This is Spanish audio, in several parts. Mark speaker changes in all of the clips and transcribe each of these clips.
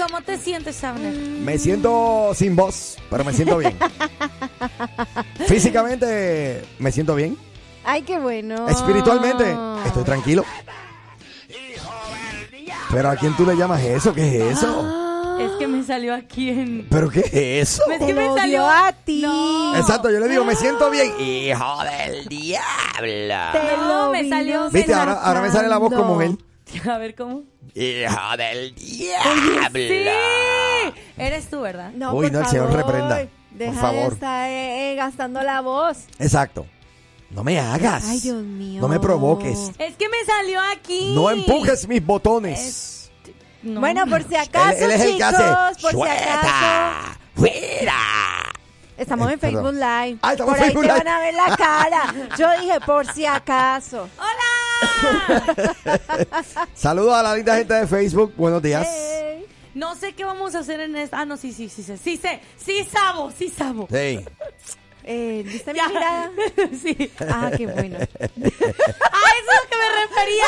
Speaker 1: ¿Cómo te sientes, Sandra?
Speaker 2: Me siento sin voz, pero me siento bien. Físicamente me siento bien.
Speaker 1: Ay, qué bueno.
Speaker 2: Espiritualmente estoy tranquilo. Pero ¿a quién tú le llamas eso? ¿Qué es eso?
Speaker 1: Es que me salió aquí en.
Speaker 2: ¿Pero qué Ah. es eso?
Speaker 1: Es que
Speaker 3: Te lo
Speaker 1: me
Speaker 3: dio
Speaker 1: salió
Speaker 3: a ti.
Speaker 1: No.
Speaker 2: Exacto, yo le digo, me siento bien. Hijo del diablo.
Speaker 3: Te
Speaker 1: No,
Speaker 3: lo
Speaker 1: me
Speaker 3: vino
Speaker 1: salió
Speaker 2: Viste, ahora, ahora me sale la voz como él.
Speaker 3: sacando.
Speaker 1: A ver cómo.
Speaker 2: Hijo del
Speaker 1: Sí.
Speaker 2: diablo.
Speaker 1: Eres tú, ¿verdad?
Speaker 3: No,
Speaker 2: Uy,
Speaker 3: por
Speaker 2: no, el Señor
Speaker 3: favor,
Speaker 2: reprenda. Por
Speaker 3: Deja
Speaker 2: favor.
Speaker 3: de estar eh, eh, gastando la voz.
Speaker 2: Exacto. No me hagas.
Speaker 3: Ay, Dios mío.
Speaker 2: No me provoques.
Speaker 1: Es que me salió aquí.
Speaker 2: No empujes mis botones.
Speaker 1: No.
Speaker 3: Bueno, por si
Speaker 2: Él,
Speaker 3: acaso,
Speaker 2: él es el que
Speaker 3: chicos,
Speaker 2: hace.
Speaker 3: por si acaso.
Speaker 2: ¡Suelta! ¡Fuera!
Speaker 3: Estamos
Speaker 2: Eh,
Speaker 3: en Facebook
Speaker 2: perdón.
Speaker 3: Live.
Speaker 2: Ah, estamos
Speaker 3: por
Speaker 2: en
Speaker 3: ahí
Speaker 2: Facebook
Speaker 3: te
Speaker 2: Live.
Speaker 3: van a ver la cara. Yo dije, por si acaso.
Speaker 2: Saludos a la linda gente de Facebook. Buenos días.
Speaker 3: Ey.
Speaker 1: No sé qué vamos a hacer en esta. Ah, no, sí, sí, sí, sí, sí sé, sí sabo, sí sabo.
Speaker 2: Hey.
Speaker 3: Eh, ¿Viste mi
Speaker 1: Ya.
Speaker 3: mirada?
Speaker 1: sí.
Speaker 3: Ah, qué bueno.
Speaker 1: A eso es lo que me refería.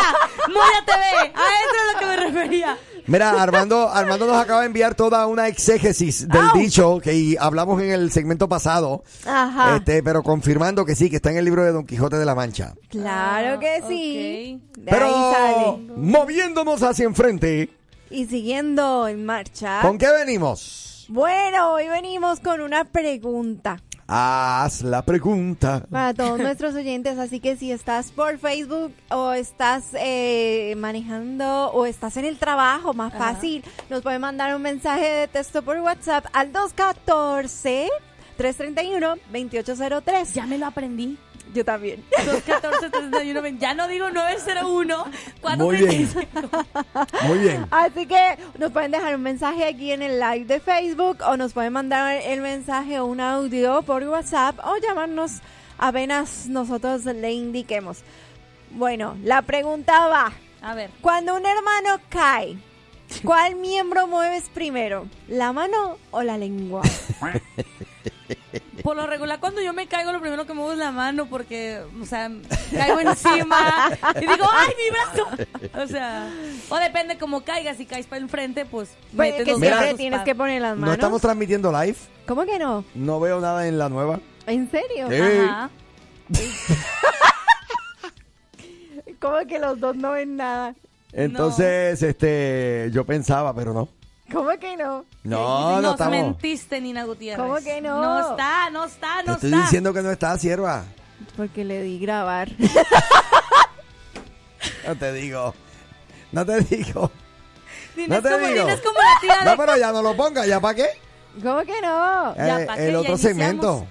Speaker 1: Moya TV. A eso es lo que me refería.
Speaker 2: Mira, Armando, Armando nos acaba de enviar toda una exégesis del dicho que hablamos en el segmento pasado.
Speaker 3: Ajá.
Speaker 2: Este, pero confirmando que sí, que está en el libro de Don Quijote de la Mancha.
Speaker 3: Claro que
Speaker 1: Ah,
Speaker 3: sí.
Speaker 1: ok.
Speaker 3: De
Speaker 2: pero
Speaker 3: ahí sale.
Speaker 2: moviéndonos hacia enfrente,
Speaker 3: Y siguiendo en marcha.
Speaker 2: ¿con qué venimos?
Speaker 3: Bueno, hoy venimos con una pregunta
Speaker 2: Haz la pregunta.
Speaker 3: para todos nuestros oyentes. Así que si estás por Facebook o estás eh, manejando o estás en el trabajo, más fácil, nos pueden mandar un mensaje de texto por WhatsApp al 214. 331-2803.
Speaker 1: Ya me lo aprendí.
Speaker 3: Yo también.
Speaker 1: 214 31 20. Ya no digo 901
Speaker 2: Muy bien.
Speaker 1: 435.
Speaker 2: Muy bien.
Speaker 3: Así que nos pueden dejar un mensaje aquí en el live de Facebook o nos pueden mandar el mensaje o un audio por WhatsApp o llamarnos apenas nosotros le indiquemos. Bueno, la pregunta va,
Speaker 1: A ver.
Speaker 3: cuando un hermano cae, ¿cuál miembro mueves primero? ¿La mano o la lengua?
Speaker 1: Por lo regular, cuando yo me caigo, lo primero que me muevo es la mano porque, o sea, caigo encima y digo, ¡ay, mi brazo! O sea, o depende cómo caigas. Si caes para enfrente, pues
Speaker 3: Bueno,
Speaker 1: metes
Speaker 3: que
Speaker 1: los
Speaker 2: Mira,
Speaker 3: siempre
Speaker 1: brazos
Speaker 3: tienes
Speaker 1: para-
Speaker 3: que poner las
Speaker 2: No
Speaker 3: manos.
Speaker 2: estamos transmitiendo live.
Speaker 3: ¿Cómo que no?
Speaker 2: No veo nada en la nueva.
Speaker 3: ¿En serio?
Speaker 2: Sí.
Speaker 1: Ajá.
Speaker 3: ¿Cómo que los dos no ven nada?
Speaker 2: Entonces, este, yo pensaba, pero no.
Speaker 3: ¿Cómo que no?
Speaker 2: No, no
Speaker 1: Nos
Speaker 2: estamos.
Speaker 1: mentiste, Nina Gutiérrez.
Speaker 3: ¿Cómo que no?
Speaker 1: No está, no está,
Speaker 2: Te
Speaker 1: no
Speaker 2: estoy
Speaker 1: está.
Speaker 2: diciendo que no está, sierva.
Speaker 3: Porque le di grabar.
Speaker 2: No te digo. No te digo.
Speaker 1: Nina,
Speaker 2: no te
Speaker 1: es como,
Speaker 2: digo.
Speaker 1: Nina, es como la tía de...
Speaker 2: No, pero ya no lo ponga. ¿Ya para qué? Eh,
Speaker 3: ¿Cómo que no?
Speaker 1: Ya, ¿pa' qué?
Speaker 2: el
Speaker 1: Ya
Speaker 2: otro
Speaker 1: iniciamos.
Speaker 2: segmento.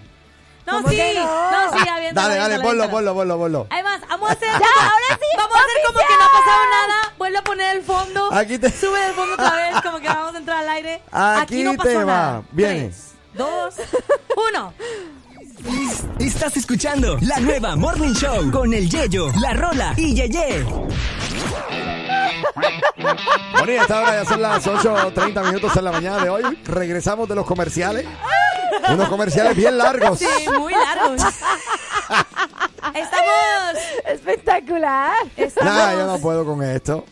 Speaker 1: No,
Speaker 3: ¿Cómo
Speaker 1: sí,
Speaker 3: que no?
Speaker 1: no, sí, habiendo
Speaker 2: Dale,
Speaker 1: la
Speaker 2: dale,
Speaker 1: intro, la
Speaker 2: ponlo,
Speaker 1: intro.
Speaker 2: ponlo, ponlo, ponlo.
Speaker 1: Además, vamos a hacer.
Speaker 3: ahora sí,
Speaker 1: Vamos a hacer como que no ha pasado nada. Vuelve a poner el fondo.
Speaker 2: Aquí te-
Speaker 1: Sube el fondo otra vez, como que vamos a entrar al aire.
Speaker 2: Aquí
Speaker 1: no pasó
Speaker 2: te va.
Speaker 1: nada.
Speaker 2: Viene.
Speaker 1: Tres, dos, uno.
Speaker 4: Estás escuchando la nueva Morning Show con el Yeyo, la Rola y Yeye.
Speaker 2: Bueno, y a esta hora ya son las 8.30 minutos en la mañana de hoy. Regresamos de los comerciales. Unos comerciales bien largos.
Speaker 1: Sí, muy largos. Estamos.
Speaker 3: Espectacular.
Speaker 1: Estamos,
Speaker 2: Nah, yo no puedo con esto.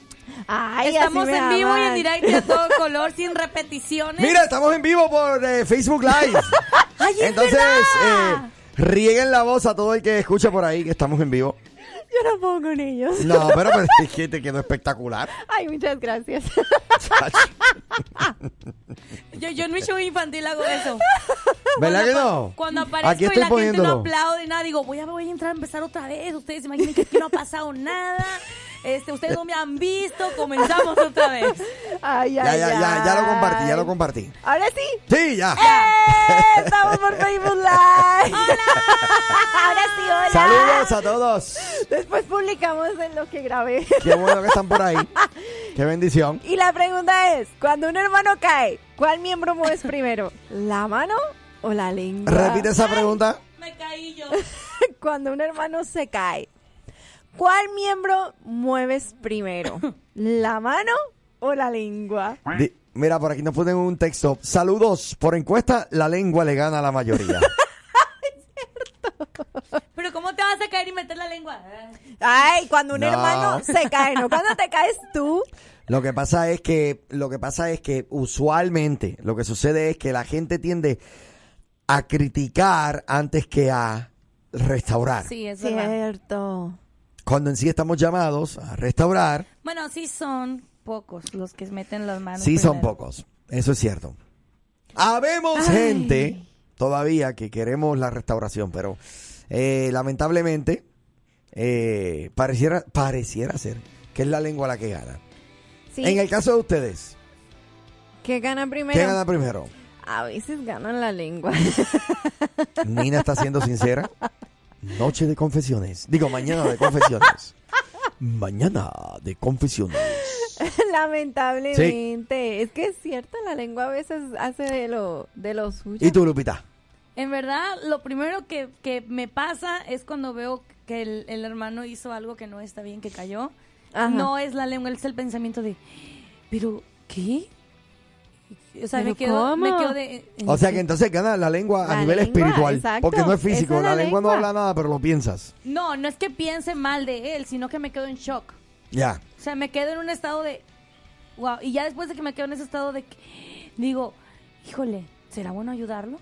Speaker 3: Ay,
Speaker 1: estamos
Speaker 3: así me
Speaker 1: en vivo y en
Speaker 3: aman.
Speaker 1: directo y a todo color, sin repeticiones.
Speaker 2: Mira, estamos en vivo por eh, Facebook Live.
Speaker 1: Ay, es
Speaker 2: Entonces,
Speaker 1: verdad.
Speaker 2: eh, rieguen la voz a todo el que escucha por ahí que estamos en vivo.
Speaker 3: Yo no puedo con ellos.
Speaker 2: No, pero, pero es que te quedó espectacular.
Speaker 3: Ay, muchas gracias.
Speaker 1: Yo, yo en mi show infantil hago eso.
Speaker 2: ¿Verdad
Speaker 1: Cuando
Speaker 2: que
Speaker 1: pa-
Speaker 2: no?
Speaker 1: Cuando aparezco
Speaker 2: Aquí
Speaker 1: y
Speaker 2: estoy
Speaker 1: la gente no
Speaker 2: poniéndolo.
Speaker 1: aplaude y nada, digo, voy a, voy a entrar a empezar otra vez. Ustedes se imaginan que aquí no ha pasado nada. Este, ustedes no me han visto, comenzamos otra vez.
Speaker 3: Ay, ay,
Speaker 2: Ya, ya,
Speaker 3: ay.
Speaker 2: ya, ya lo compartí, ya lo compartí.
Speaker 3: Ahora sí.
Speaker 2: Sí, ya.
Speaker 3: ¡Eh! Estamos por Facebook Live. Ahora sí, hola.
Speaker 2: Saludos a todos.
Speaker 3: Después publicamos en lo que grabé.
Speaker 2: Qué bueno que están por ahí. Qué bendición.
Speaker 3: Y la pregunta es, cuando un hermano cae, ¿cuál miembro mueves primero? ¿La mano o la lengua?
Speaker 2: Repite esa pregunta.
Speaker 1: Me caí yo.
Speaker 3: Cuando un hermano se cae, ¿cuál miembro mueves primero? ¿La mano o la lengua?
Speaker 2: Di- Mira, por aquí nos ponen un texto. Saludos. Por encuesta, la lengua le gana a la mayoría.
Speaker 1: Pero ¿cómo te vas a caer y meter la lengua? Ah.
Speaker 3: Ay, cuando un
Speaker 2: No.
Speaker 3: hermano se cae, ¿no? Cuando te caes tú,
Speaker 2: Lo que pasa es que, lo que pasa es que usualmente lo que sucede es que la gente tiende a criticar antes que a restaurar.
Speaker 1: Sí, eh. es verdad.
Speaker 3: Cierto.
Speaker 2: Cuando en sí estamos llamados a restaurar,
Speaker 1: Bueno, sí son pocos los que meten las manos.
Speaker 2: sí son
Speaker 1: primero.
Speaker 2: pocos. Eso es cierto. Habemos gente todavía que queremos la restauración, pero eh, lamentablemente eh, pareciera, pareciera ser que es la lengua la que gana.
Speaker 3: Sí.
Speaker 2: En el caso de ustedes,
Speaker 3: ¿Qué gana primero?
Speaker 2: ¿qué gana primero?
Speaker 3: A veces ganan la lengua.
Speaker 2: Nina está siendo sincera. Noche de confesiones. Digo, mañana de confesiones. Mañana de confesiones.
Speaker 3: Lamentablemente. Es que es cierto, la lengua a veces hace de lo, de lo suyo.
Speaker 2: ¿Y tú, Lupita?
Speaker 1: En verdad, lo primero que, que me pasa es cuando veo que el, el hermano hizo algo que no está bien, que cayó.
Speaker 3: Ajá.
Speaker 1: No es la lengua, es el pensamiento de, pero, ¿qué? O sea,
Speaker 3: ¿Pero
Speaker 1: me quedo, me
Speaker 3: cómo?
Speaker 1: quedo de...
Speaker 2: O sea que entonces gana la lengua a
Speaker 3: La
Speaker 2: nivel
Speaker 3: lengua,
Speaker 2: espiritual.
Speaker 3: exacto.
Speaker 2: Porque no es físico.
Speaker 3: Esa es
Speaker 2: la
Speaker 3: la
Speaker 2: lengua no
Speaker 3: lengua.
Speaker 2: habla nada, pero lo piensas.
Speaker 1: No, no es que piense mal de él, sino que me quedo en shock.
Speaker 2: Ya.
Speaker 1: O sea, me quedo en un estado de, wow. Y ya después de que me quedo en ese estado de, que- digo, híjole, ¿será bueno ayudarlo?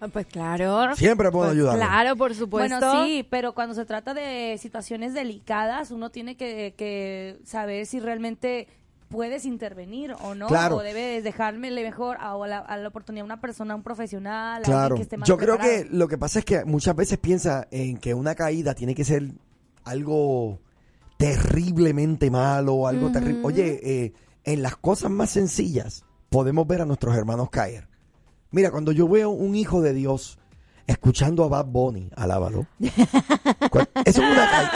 Speaker 3: Ah, Pues claro.
Speaker 2: Siempre puedo
Speaker 3: Pues
Speaker 2: ayudarlo.
Speaker 3: Claro, por supuesto.
Speaker 1: Bueno, sí, pero cuando se trata de situaciones delicadas, uno tiene que, que saber si realmente puedes intervenir o no,
Speaker 2: Claro.
Speaker 1: o debes dejarmele mejor a, a la, a la oportunidad a una persona, a un profesional, a
Speaker 2: Claro.
Speaker 1: alguien que esté más
Speaker 2: Yo creo
Speaker 1: preparado.
Speaker 2: que lo que pasa es que muchas veces piensa en que una caída tiene que ser algo terriblemente malo, algo terrible. Oye, eh, en las cosas más sencillas podemos ver a nuestros hermanos caer. Mira, cuando yo veo un hijo de Dios escuchando a Bad Bunny, alábalo. Cu- Eso es una caída.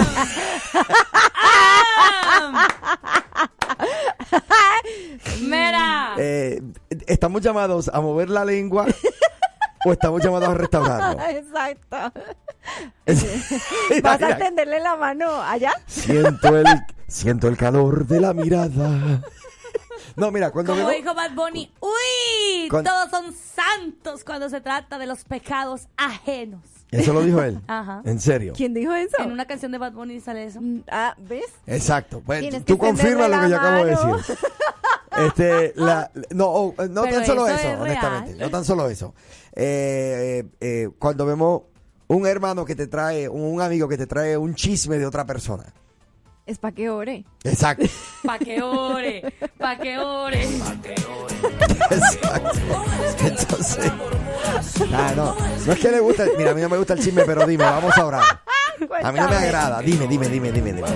Speaker 1: ¡Mira!
Speaker 2: Eh, estamos llamados a mover la lengua o estamos llamados a restaurarlo.
Speaker 3: Exacto. ¿Vas a tenderle la mano allá?
Speaker 2: Siento el, siento el calor de la mirada. No, mira, cuando
Speaker 1: Como
Speaker 2: veo-
Speaker 1: dijo Bad Bunny, ¡Uy!
Speaker 2: Con-
Speaker 1: Todos son santos cuando se trata de los pecados ajenos.
Speaker 2: Eso lo dijo él.
Speaker 1: Ajá.
Speaker 2: En serio.
Speaker 3: ¿Quién dijo eso?
Speaker 1: En una canción de Bad Bunny sale eso.
Speaker 3: Mm, Ah, ¿ves?
Speaker 2: Exacto. Bueno,
Speaker 3: Tienes
Speaker 2: tú
Speaker 3: que
Speaker 2: confirma lo
Speaker 3: extenderle
Speaker 2: que yo
Speaker 3: la
Speaker 2: acabo de
Speaker 3: mano.
Speaker 2: decir. Este, la- no, oh, no
Speaker 1: Pero
Speaker 2: tan solo
Speaker 1: eso
Speaker 2: eso,
Speaker 1: es
Speaker 2: honestamente.
Speaker 1: real.
Speaker 2: No tan solo eso. Eh, eh, eh, cuando vemos un hermano que te trae, un amigo que te trae un chisme de otra persona.
Speaker 3: Es para que ore.
Speaker 2: Exacto.
Speaker 1: Pa' que ore, pa' que ore.
Speaker 2: Exacto. Entonces. Ah, no. No es que le gusta. Mira, a mí no me gusta el chisme, pero dime, vamos a orar. A mí no me agrada. Dime, dime, dime, dime, dime.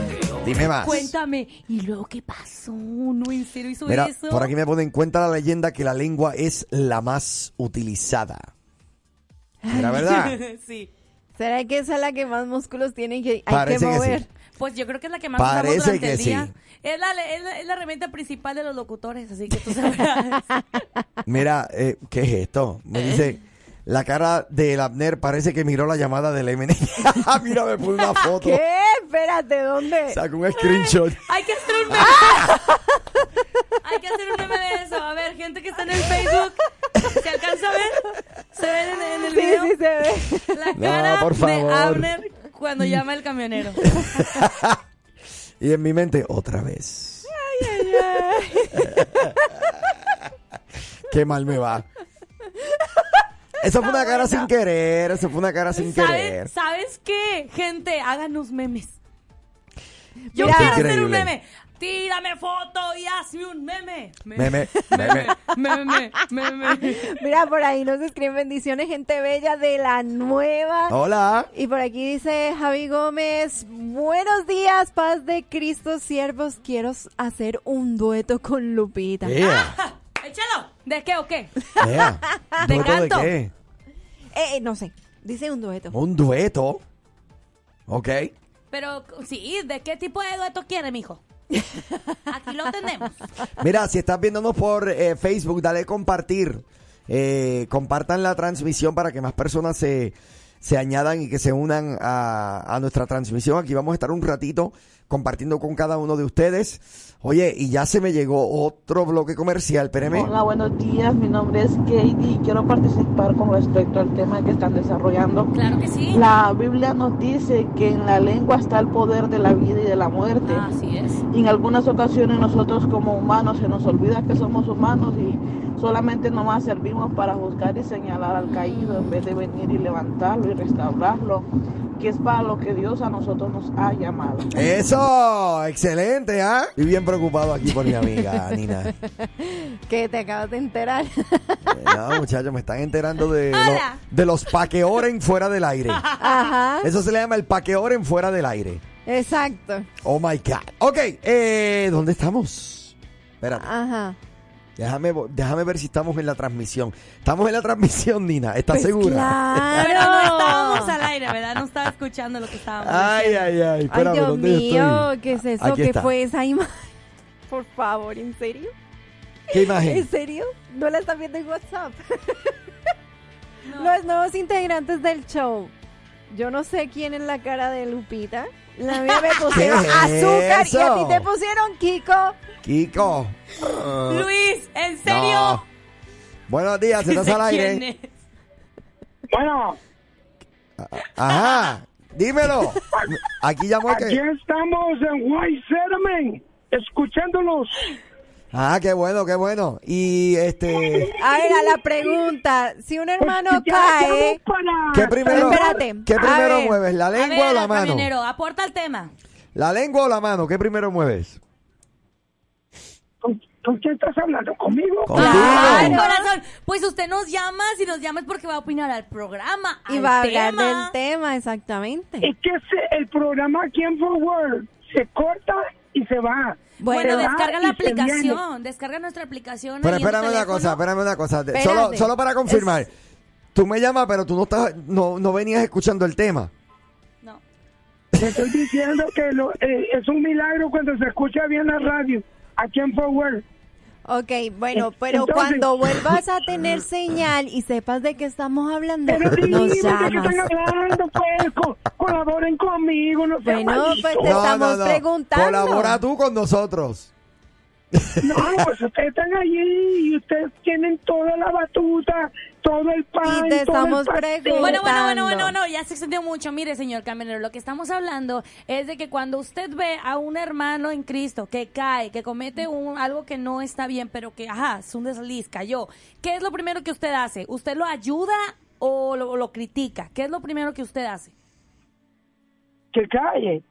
Speaker 2: Dime más.
Speaker 1: Cuéntame. ¿Y luego qué pasó? ¿No en serio hizo
Speaker 2: Mira,
Speaker 1: eso?
Speaker 2: por aquí me ponen en cuenta la leyenda que la lengua es la más utilizada. Mira, ¿verdad?
Speaker 1: sí.
Speaker 3: ¿Será que esa es la que más músculos tiene y que hay
Speaker 2: Parece
Speaker 3: que
Speaker 2: que sí. Oh.
Speaker 3: mover?
Speaker 1: Pues yo creo que es la que más
Speaker 2: Parece
Speaker 1: usamos durante
Speaker 2: que
Speaker 1: el día.
Speaker 2: sí.
Speaker 1: Es, la, es, la, es la herramienta principal de los locutores, así que tú sabrás.
Speaker 2: Mira, eh, ¿qué es esto? Me
Speaker 3: Eh.
Speaker 2: dice, la cara del Abner parece que miró la llamada del MN. Mira, me pone una foto.
Speaker 3: ¿Qué? Espérate, ¿dónde?
Speaker 2: Sacó un screenshot.
Speaker 1: Hay que hacer un meme. Hay que hacer un meme de eso. A ver, gente que está en el Facebook, ¿se alcanza a ver? ¿Se ven en, en el
Speaker 3: Sí,
Speaker 1: video?
Speaker 3: sí se ve.
Speaker 1: La
Speaker 2: No,
Speaker 1: cara
Speaker 2: por favor.
Speaker 1: de Abner cuando llama el camionero.
Speaker 2: Y en mi mente, otra vez. Qué mal me va. Eso fue una cara sin querer, eso fue una cara sin
Speaker 1: ¿Saben,
Speaker 2: querer.
Speaker 1: ¿Sabes qué, gente? Háganos memes. Yo
Speaker 2: Mira.
Speaker 1: quiero hacer
Speaker 2: Increíble.
Speaker 1: un meme. Tírame foto y hazme un meme.
Speaker 2: Meme, meme.
Speaker 1: Meme, meme, meme.
Speaker 3: Mira, por ahí nos escriben bendiciones, gente bella de la nueva.
Speaker 2: Oh. Hola.
Speaker 3: Y por aquí dice Javi Gómez, buenos días, paz de Cristo, siervos, quiero hacer un dueto con Lupita.
Speaker 2: Yeah,
Speaker 1: Échalo. ¿De qué o qué?
Speaker 2: yeah.
Speaker 1: Te
Speaker 2: ¿Dueto de
Speaker 1: canto.
Speaker 2: qué?
Speaker 3: Eh, eh, no sé, dice un dueto.
Speaker 2: Un dueto. Ok.
Speaker 1: Pero sí, ¿de qué tipo de dueto quiere, mijo? Aquí lo tenemos.
Speaker 2: Mira, si estás viéndonos por eh, Facebook, dale compartir. Eh, compartan la transmisión para que más personas se, se añadan y que se unan a, a nuestra transmisión. Aquí vamos a estar un ratito compartiendo con cada uno de ustedes. Oye, y ya se me llegó otro bloque comercial, espérame.
Speaker 5: Hola, buenos días. Mi nombre es Katie. Quiero participar con respecto al tema que están desarrollando.
Speaker 1: Claro que sí.
Speaker 5: La Biblia nos dice que en la lengua está el poder de la vida y de la muerte.
Speaker 1: Así es.
Speaker 5: Y en algunas ocasiones nosotros como humanos se nos olvida que somos humanos y solamente nomás servimos para juzgar y señalar al caído en vez de venir y levantarlo y restaurarlo, que es para lo que Dios a nosotros nos ha llamado.
Speaker 2: Eso, excelente, ¿ah? Y bien preocupado aquí por mi amiga Nina.
Speaker 3: Que te acabas de enterar.
Speaker 2: Eh, No, muchachos, me están enterando de, lo-
Speaker 1: Hola.
Speaker 2: de los paqueoren fuera del aire.
Speaker 3: Ajá.
Speaker 2: Eso se le llama el paqueoren fuera del aire.
Speaker 3: Exacto.
Speaker 2: Oh my God. Ok, eh, ¿dónde estamos?
Speaker 3: Ah.
Speaker 2: Espérate,
Speaker 3: Ajá.
Speaker 2: déjame, vo- déjame ver si estamos en la transmisión. Estamos en la transmisión, Nina, ¿estás
Speaker 3: Pues
Speaker 2: segura?
Speaker 3: Claro.
Speaker 1: Pero no estábamos al aire, ¿verdad? No estaba escuchando lo que estábamos
Speaker 2: Ay,
Speaker 1: diciendo.
Speaker 2: ay, ay,
Speaker 3: Ay,
Speaker 2: espérame,
Speaker 3: Dios
Speaker 2: ¿dónde yo
Speaker 3: mío,
Speaker 2: estoy?
Speaker 3: ¿qué es eso?
Speaker 2: Aquí
Speaker 3: ¿Qué
Speaker 2: está.
Speaker 3: fue esa imagen? Por favor, ¿en serio?
Speaker 2: ¿Qué imagen?
Speaker 3: ¿En serio? No la están viendo en WhatsApp.
Speaker 1: No.
Speaker 3: Los nuevos integrantes del show. Yo no sé quién es la cara de Lupita. La mía me pusieron
Speaker 2: ¿Qué es
Speaker 3: azúcar y a
Speaker 2: eso?
Speaker 3: ti te pusieron Kiko.
Speaker 2: Kiko.
Speaker 1: Luis, ¿en
Speaker 2: No.
Speaker 1: serio?
Speaker 2: Buenos días, estás al aire.
Speaker 1: ¿Quién es?
Speaker 6: Bueno,
Speaker 2: Ajá, dímelo. Aquí llamó el
Speaker 6: aquí
Speaker 2: que.
Speaker 6: estamos en White Settlement, escuchándolos.
Speaker 2: Ah, qué bueno, qué bueno. Y este.
Speaker 3: A ver, a la pregunta. Si un hermano
Speaker 6: Pues, ya
Speaker 3: cae,
Speaker 6: llamo para-
Speaker 2: ¿Qué primero,
Speaker 3: Espérate,
Speaker 2: ¿qué
Speaker 3: a
Speaker 2: primero
Speaker 3: ver.
Speaker 2: mueves? ¿La
Speaker 1: A
Speaker 2: lengua o
Speaker 1: ver,
Speaker 2: la mano?
Speaker 1: camionero, aporta el tema.
Speaker 2: ¿La lengua o la mano? ¿Qué primero mueves?
Speaker 6: ¿Con, con quién estás hablando? ¿Conmigo? Ah,
Speaker 2: Contigo.
Speaker 1: Ay,
Speaker 3: Claro.
Speaker 1: corazón. Pues usted nos llama, si nos llama es porque va a opinar al programa.
Speaker 3: y
Speaker 1: al
Speaker 3: va a hablar
Speaker 1: tema.
Speaker 3: del tema, exactamente.
Speaker 6: Es que se- el programa aquí en Forward se corta y se va.
Speaker 1: Bueno,
Speaker 6: Se va
Speaker 3: ah,
Speaker 1: descarga la
Speaker 6: y se viene.
Speaker 1: aplicación. Descarga nuestra aplicación.
Speaker 2: Pero
Speaker 1: ahí en tu
Speaker 2: espérame una
Speaker 1: teléfono.
Speaker 2: cosa, espérame una cosa.
Speaker 3: Espérate.
Speaker 2: Solo, solo para confirmar. Tú me llamas, pero tú no, estás, no, no venías escuchando el tema.
Speaker 1: No.
Speaker 6: Te estoy diciendo que lo- eh, es un milagro cuando se escucha bien la radio aquí en Forward.
Speaker 3: Ok, bueno,
Speaker 6: Eh,
Speaker 3: pero
Speaker 6: entonces-
Speaker 3: cuando vuelvas a tener señal y sepas de qué estamos hablando,
Speaker 6: Pero dime de
Speaker 3: nos
Speaker 6: qué
Speaker 3: llamas.
Speaker 6: están hablando, pues. co- colaboren conmigo. No sean
Speaker 3: Bueno,
Speaker 6: malitos.
Speaker 3: pues, Te estamos preguntando.
Speaker 2: Colabora tú con nosotros.
Speaker 6: No, pues ustedes están allí y ustedes tienen toda la batuta, todo el pan,
Speaker 3: Y te
Speaker 6: todo
Speaker 3: estamos
Speaker 6: el pastel.
Speaker 3: preguntando.
Speaker 1: Bueno, bueno, bueno, bueno, bueno, ya se extendió mucho. Mire, señor Camionero, lo que estamos hablando es de que cuando usted ve a un hermano en Cristo que cae, que comete un, algo que no está bien, pero que, ajá, es un desliz, cayó, ¿qué es lo primero que usted hace? ¿Usted lo ayuda o lo, lo critica? ¿Qué es lo primero que usted hace?
Speaker 6: Que calle.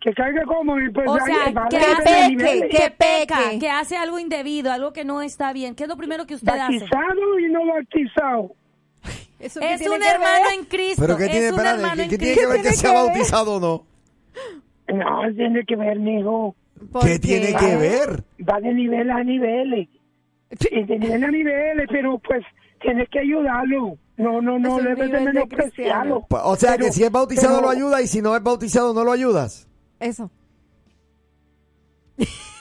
Speaker 6: Que caiga como el pues,
Speaker 1: O
Speaker 6: ahí,
Speaker 1: sea,
Speaker 6: vale,
Speaker 1: que
Speaker 6: vale,
Speaker 1: peque,
Speaker 6: niveles.
Speaker 3: que
Speaker 1: Peca,
Speaker 3: peque.
Speaker 1: que hace algo indebido, algo que no está bien. ¿Qué es lo primero que usted hace?
Speaker 6: Bautizado y no bautizado.
Speaker 3: ¿Eso qué
Speaker 1: Es
Speaker 3: tiene
Speaker 1: un
Speaker 3: que
Speaker 1: hermano
Speaker 3: ver?
Speaker 1: en Cristo.
Speaker 2: Pero ¿qué
Speaker 1: es
Speaker 2: tiene,
Speaker 1: un
Speaker 2: espérate,
Speaker 1: hermano
Speaker 2: ¿qué-
Speaker 1: en
Speaker 2: ¿qué tiene
Speaker 1: Cristo.
Speaker 2: que ver que
Speaker 3: ¿Qué
Speaker 2: sea
Speaker 3: tiene que ver?
Speaker 2: bautizado o no?
Speaker 6: No, tiene que ver, mijo.
Speaker 3: ¿Por
Speaker 2: ¿Qué tiene que ver?
Speaker 6: Va de nivel a niveles. Y de nivel a niveles, pero pues tienes que ayudarlo. No, no, no,
Speaker 3: Es un
Speaker 6: debes de
Speaker 3: nivel de
Speaker 6: menospreciarlo.
Speaker 2: Pa- O sea, que
Speaker 6: Pero-
Speaker 2: si es bautizado
Speaker 6: pero-
Speaker 2: lo ayuda y si no es bautizado no lo ayudas.
Speaker 3: Eso.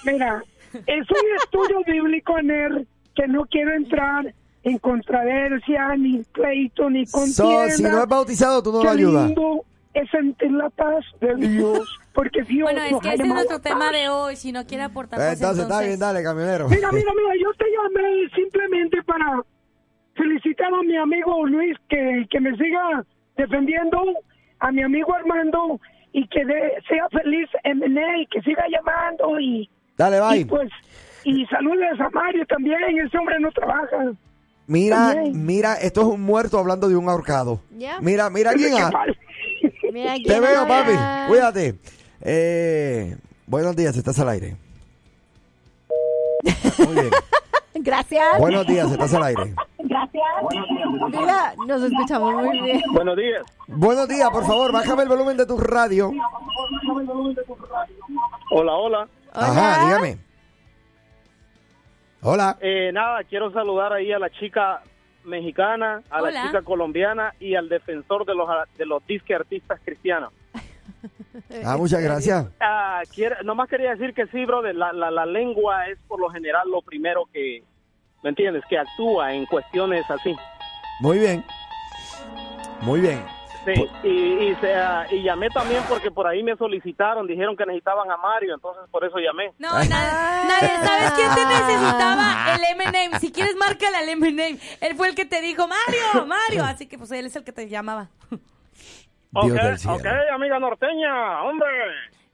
Speaker 6: Mira, es un estudio bíblico, Ner, que no quiero entrar en controversia, ni pleito, ni
Speaker 2: So,
Speaker 6: contienda.
Speaker 2: si no es bautizado tú no lo
Speaker 6: Qué
Speaker 2: ayudas. Eh,
Speaker 6: lindo es sentir la paz de Dios, porque Dios
Speaker 1: Bueno, es
Speaker 6: nos
Speaker 1: que
Speaker 6: ha
Speaker 1: ese es
Speaker 6: llamado
Speaker 1: nuestro
Speaker 6: a paz.
Speaker 1: tema de hoy. Si no quiere aportar, pues,
Speaker 2: Entonces, Eh, está bien, dale, camionero.
Speaker 6: Mira, mira, mira, yo te llamé simplemente para felicitar a mi amigo Luis, que, que me siga defendiendo, a mi amigo Armando, y que de- sea feliz en él, que siga llamando y
Speaker 2: Dale,
Speaker 6: Y
Speaker 2: bye.
Speaker 6: pues, y saludos a Mario también, ese hombre no trabaja.
Speaker 2: Mira,
Speaker 6: también.
Speaker 2: mira, esto es un muerto hablando de un ahorcado.
Speaker 3: Ya.
Speaker 2: Mira, mira quién
Speaker 6: Qué
Speaker 2: ha-
Speaker 6: mal.
Speaker 3: Mira, aquí
Speaker 2: Te veo,
Speaker 3: no
Speaker 2: papi.
Speaker 3: habla.
Speaker 2: Cuídate. Eh, buenos días, estás al aire. Muy bien.
Speaker 3: Gracias.
Speaker 2: Buenos días, estás al aire.
Speaker 3: Mira, nos escuchamos muy bien.
Speaker 7: Buenos días.
Speaker 2: Buenos días, por favor, bájame el volumen de tu radio.
Speaker 7: Hola, hola.
Speaker 2: Ajá,
Speaker 3: Hola.
Speaker 2: dígame. Hola.
Speaker 7: Eh, nada, quiero saludar ahí a la chica mexicana, a
Speaker 1: Hola.
Speaker 7: la chica colombiana y al defensor de los de los disque artistas cristianos.
Speaker 2: Ah, muchas gracias.
Speaker 7: Ah, quiero- nomás quería decir que sí, brother, la, la, la lengua es por lo general lo primero que, ¿me entiendes? Que actúa en cuestiones así.
Speaker 2: Muy bien. Muy bien.
Speaker 7: Sí, y, y, se- ah, y llamé también porque por ahí me solicitaron, dijeron que necesitaban a Mario, entonces por eso llamé.
Speaker 1: No, nadie, nadie, ¿sabes quién te
Speaker 2: Ah.
Speaker 1: necesitaba? El M&M. Si quieres, márcale al M&M. Él fue el que te dijo, Mario, Mario. Así que, pues, él es el que te llamaba.
Speaker 2: Dios
Speaker 7: Ok,
Speaker 2: del cielo.
Speaker 7: ok, amiga norteña, hombre.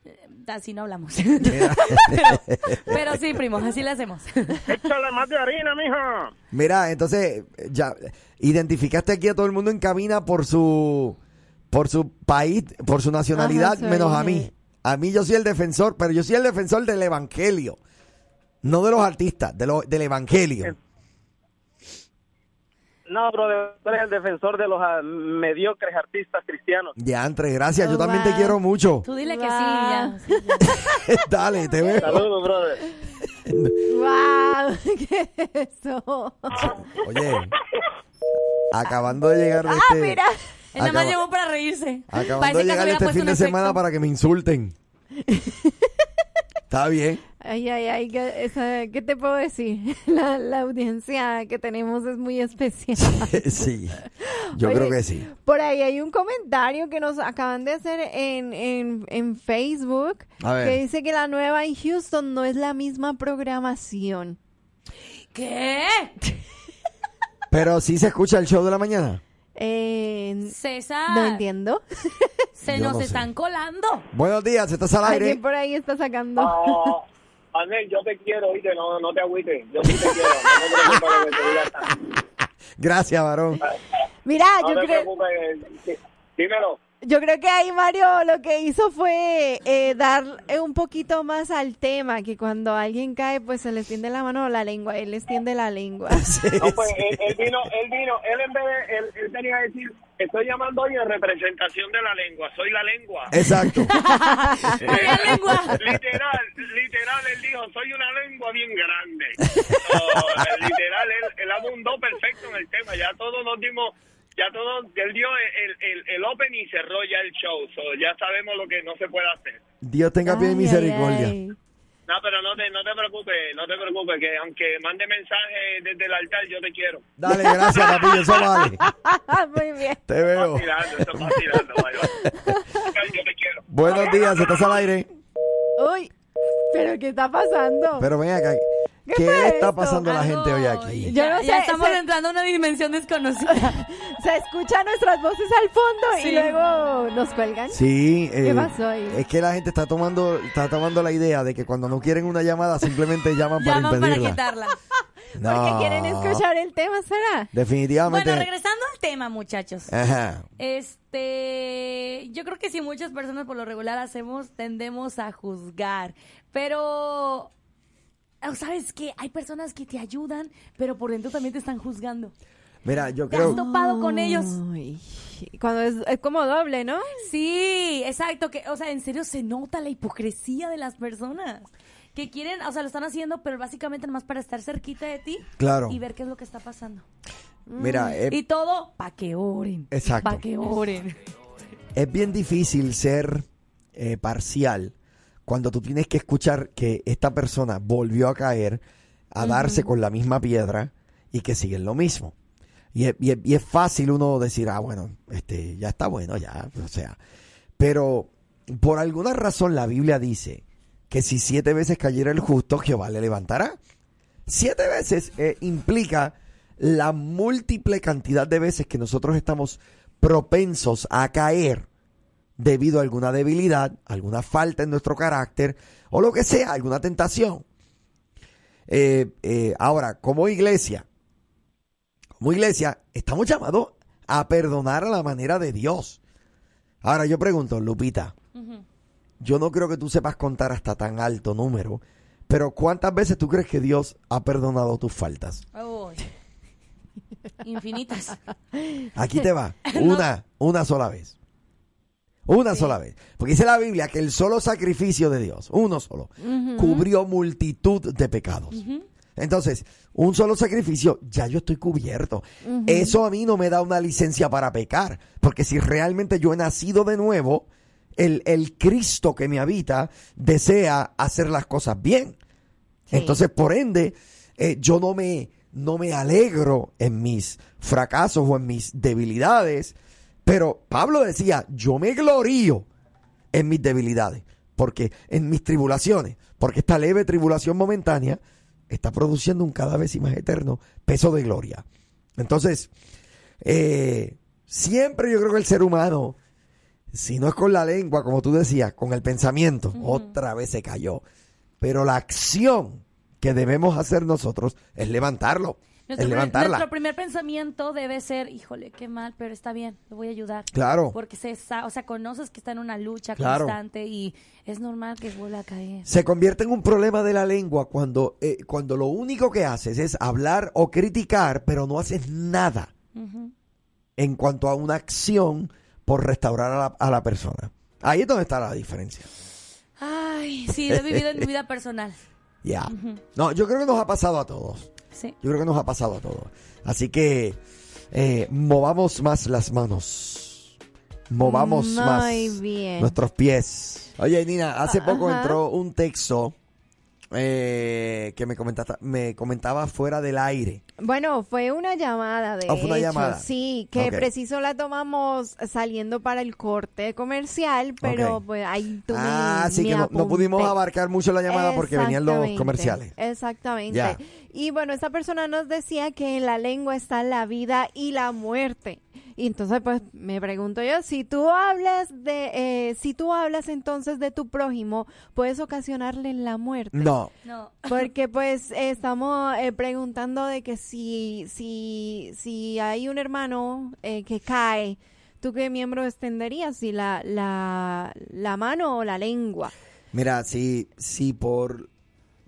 Speaker 1: Eh, Así no hablamos. Pero sí, primo, así lo hacemos.
Speaker 7: Échale más de harina, mija.
Speaker 2: Mira, entonces, ya identificaste aquí a todo el mundo en cabina por su por su país, por su nacionalidad,
Speaker 3: Ajá, soy-
Speaker 2: menos a mí. A mí yo soy el defensor, pero yo soy el defensor del evangelio. No de los artistas, de lo- del
Speaker 1: Eh.
Speaker 2: evangelio.
Speaker 7: No, brother, tú eres el defensor de los ah, mediocres artistas cristianos.
Speaker 2: Ya, entre gracias. Yo también te
Speaker 3: Wow.
Speaker 2: quiero mucho.
Speaker 1: Oh, Tú dile que sí, ya.
Speaker 3: Wow.
Speaker 1: Sí, ya.
Speaker 2: Dale, te veo.
Speaker 7: Saludos, brother.
Speaker 3: ¡Wow! ¿Qué es eso? Ah,
Speaker 2: Oye, acabando de llegar de
Speaker 3: Ah,
Speaker 2: este...
Speaker 3: mira.
Speaker 1: Él nada más
Speaker 2: acaba-
Speaker 1: llegó para reírse.
Speaker 2: Acabando de
Speaker 1: que
Speaker 2: llegar
Speaker 1: se
Speaker 2: este
Speaker 1: hubiera
Speaker 2: fin de
Speaker 1: puesto un
Speaker 2: semana
Speaker 1: efecto.
Speaker 2: para que me insulten. Está bien.
Speaker 3: Ay, ay, ay, ¿qué, esa- ¿qué te puedo decir? La, la audiencia que tenemos es muy especial.
Speaker 2: sí, yo
Speaker 3: Oye,
Speaker 2: creo que sí.
Speaker 3: Por ahí hay un comentario que nos acaban de hacer en, en, en Facebook
Speaker 2: A ver.
Speaker 3: que dice que la nueva en Houston no es la misma programación.
Speaker 1: ¿Qué?
Speaker 2: Pero sí se escucha el show de la mañana.
Speaker 3: Eh,
Speaker 1: César.
Speaker 3: no entiendo.
Speaker 1: Se
Speaker 2: Yo
Speaker 1: nos
Speaker 2: no sé.
Speaker 1: están colando.
Speaker 2: Buenos días, estás al aire.
Speaker 3: Alguien por ahí está sacando.
Speaker 7: Ah, Anel, yo te quiero, oíste, no, no te agüites. Yo sí te quiero. No te preocupes lo que te diga está.
Speaker 2: Gracias, varón.
Speaker 3: Mira,
Speaker 7: No
Speaker 3: yo
Speaker 7: te
Speaker 3: creo...
Speaker 7: preocupes. Sí, Dímelo.
Speaker 3: Yo creo que ahí Mario lo que hizo fue eh, dar eh, un poquito más al tema, que cuando alguien cae, pues se le extiende la mano o la lengua, él le extiende la lengua.
Speaker 7: No, pues él, él vino, él vino, él en vez de, él, él tenía que decir, estoy llamando hoy en representación de la lengua, soy la lengua.
Speaker 2: Exacto.
Speaker 1: La lengua.
Speaker 7: Literal, literal, él dijo, soy una lengua bien grande. No, literal, él, él abundó perfecto en el tema, ya todos nos dimos, ya todos, él dio el, el, el open y cerró ya el show, so, ya sabemos lo que no se puede hacer.
Speaker 2: Dios tenga pie
Speaker 3: Ay,
Speaker 2: y misericordia.
Speaker 3: ay, ay.
Speaker 7: No, pero no te, no te preocupes, no te preocupes, que aunque mande mensaje desde el altar, yo te quiero.
Speaker 2: Dale, gracias, papillo, eso vale.
Speaker 3: Ah, Muy bien.
Speaker 2: Te veo.
Speaker 7: Vacilando, estoy vacilando, vaya, vaya. Yo te quiero.
Speaker 2: Buenos días, estás al aire.
Speaker 3: Uy, pero ¿qué está pasando?
Speaker 2: Pero ven acá. ¿Qué,
Speaker 3: ¿Qué fue
Speaker 2: le está
Speaker 3: esto?
Speaker 2: pasando a la
Speaker 1: Algo-
Speaker 2: gente hoy aquí?
Speaker 3: Yo no
Speaker 1: Ya-
Speaker 3: sé,
Speaker 1: Ya estamos
Speaker 3: se-
Speaker 1: entrando a una dimensión desconocida.
Speaker 3: Se escuchan nuestras voces al fondo y
Speaker 1: Sí.
Speaker 3: luego nos cuelgan.
Speaker 2: Sí, eh,
Speaker 3: pasó ahí?
Speaker 2: es que la gente está tomando, está tomando la idea de que cuando no quieren una llamada simplemente llaman para
Speaker 1: Llaman para
Speaker 2: impedirla.
Speaker 1: quitarla.
Speaker 2: No.
Speaker 3: Porque quieren escuchar el tema, ¿será?
Speaker 2: Definitivamente.
Speaker 1: Bueno, regresando al tema, muchachos.
Speaker 2: Eh. Ajá.
Speaker 1: Este, yo creo que si muchas personas por lo regular hacemos, tendemos a juzgar. Pero, oh, ¿sabes qué? Hay personas que te ayudan, pero por dentro también te están juzgando.
Speaker 2: Mira, yo
Speaker 1: Te
Speaker 2: creo.
Speaker 1: has topado con ellos.
Speaker 3: Ay, Cuando es, es como doble, ¿no?
Speaker 1: Sí, exacto. Que, o sea, en serio se nota la hipocresía de las personas. Que quieren, o sea, lo están haciendo, pero básicamente nomás para estar cerquita de ti.
Speaker 2: Claro.
Speaker 1: Y ver qué es lo que está pasando.
Speaker 2: Mira, eh,
Speaker 1: Y todo para que oren.
Speaker 2: Exacto.
Speaker 1: Para que oren.
Speaker 2: es bien difícil ser eh, parcial cuando tú tienes que escuchar que esta persona volvió a caer, a darse con la misma piedra y que siguen lo mismo. Y es, y es- y es fácil uno decir, ah, bueno, este, ya está bueno, ya, o sea. Pero por alguna razón la Biblia dice que si siete veces cayera el justo, Jehová le levantará. Siete veces eh, implica la múltiple cantidad de veces que nosotros estamos propensos a caer debido a alguna debilidad, alguna falta en nuestro carácter o lo que sea, alguna tentación. Eh, eh, ahora, como iglesia, como iglesia, estamos llamados a perdonar a la manera de Dios. Ahora yo pregunto, Lupita, yo no creo que tú sepas contar hasta tan alto número, pero ¿cuántas veces tú crees que Dios ha perdonado tus faltas?
Speaker 1: Ay. Infinitas.
Speaker 2: Aquí te va. Una, una sola vez. Una sola vez. Porque dice la Biblia que el solo sacrificio de Dios, uno solo, cubrió multitud de pecados. Entonces, un solo sacrificio, ya yo estoy cubierto. Eso a mí no me da una licencia para pecar. Porque si realmente yo he nacido de nuevo, el, el Cristo que me habita desea hacer las cosas bien.
Speaker 3: Sí.
Speaker 2: Entonces, por ende, eh, yo no me, no me alegro en mis fracasos o en mis debilidades. Pero Pablo decía, yo me glorío en mis debilidades, porque en mis tribulaciones, porque esta leve tribulación momentánea está produciendo un cada vez y más eterno peso de gloria. Entonces, eh, siempre yo creo que el ser humano, si no es con la lengua, como tú decías, con el pensamiento, otra vez se cayó. Pero la acción que debemos hacer nosotros es levantarlo, es
Speaker 1: primer-
Speaker 2: levantarla.
Speaker 1: nuestro primer pensamiento debe ser, híjole, qué mal, pero está bien, lo voy a ayudar.
Speaker 2: Claro.
Speaker 1: Porque se, sa- o sea, conoces que está en una lucha
Speaker 2: Claro.
Speaker 1: constante y es normal que vuelva a caer.
Speaker 2: Se convierte en un problema de la lengua cuando, eh, cuando lo único que haces es hablar o criticar, pero no haces nada en cuanto a una acción por restaurar a la, a la persona. Ahí es donde está la diferencia.
Speaker 1: Ay, sí, lo he vivido en mi vida personal.
Speaker 2: Ya. No, yo creo que nos ha pasado a todos.
Speaker 1: Sí.
Speaker 2: Yo creo que nos ha pasado a todos. Así que eh, movamos más las manos. Movamos
Speaker 3: Muy
Speaker 2: más
Speaker 3: bien.
Speaker 2: nuestros pies. Oye, Nina, hace poco
Speaker 3: Ajá.
Speaker 2: entró un texto eh, que me, comentata- me comentaba fuera del aire.
Speaker 3: Bueno, fue una llamada de
Speaker 2: Ah, fue una
Speaker 3: hecho,
Speaker 2: llamada.
Speaker 3: sí, que
Speaker 2: Ok.
Speaker 3: preciso la tomamos saliendo para el corte comercial, pero
Speaker 2: Ok.
Speaker 3: pues ahí tú me-
Speaker 2: ah, sí
Speaker 3: me
Speaker 2: que no, no
Speaker 3: apunté.
Speaker 2: pudimos abarcar mucho la llamada porque venían los
Speaker 3: Exactamente,
Speaker 2: comerciales.
Speaker 3: Exactamente.
Speaker 2: Ya.
Speaker 3: Y bueno, esta persona nos decía que en la lengua está la vida y la muerte. Y entonces, pues, me pregunto yo, si tú hablas de, eh, si tú hablas entonces de tu prójimo, puedes ocasionarle la muerte.
Speaker 2: No.
Speaker 1: No.
Speaker 3: Porque pues estamos eh, preguntando de que si, si, si hay un hermano eh, que cae, ¿tú qué miembro extenderías? Si la, la, la mano o la lengua.
Speaker 2: Mira, si, si, por,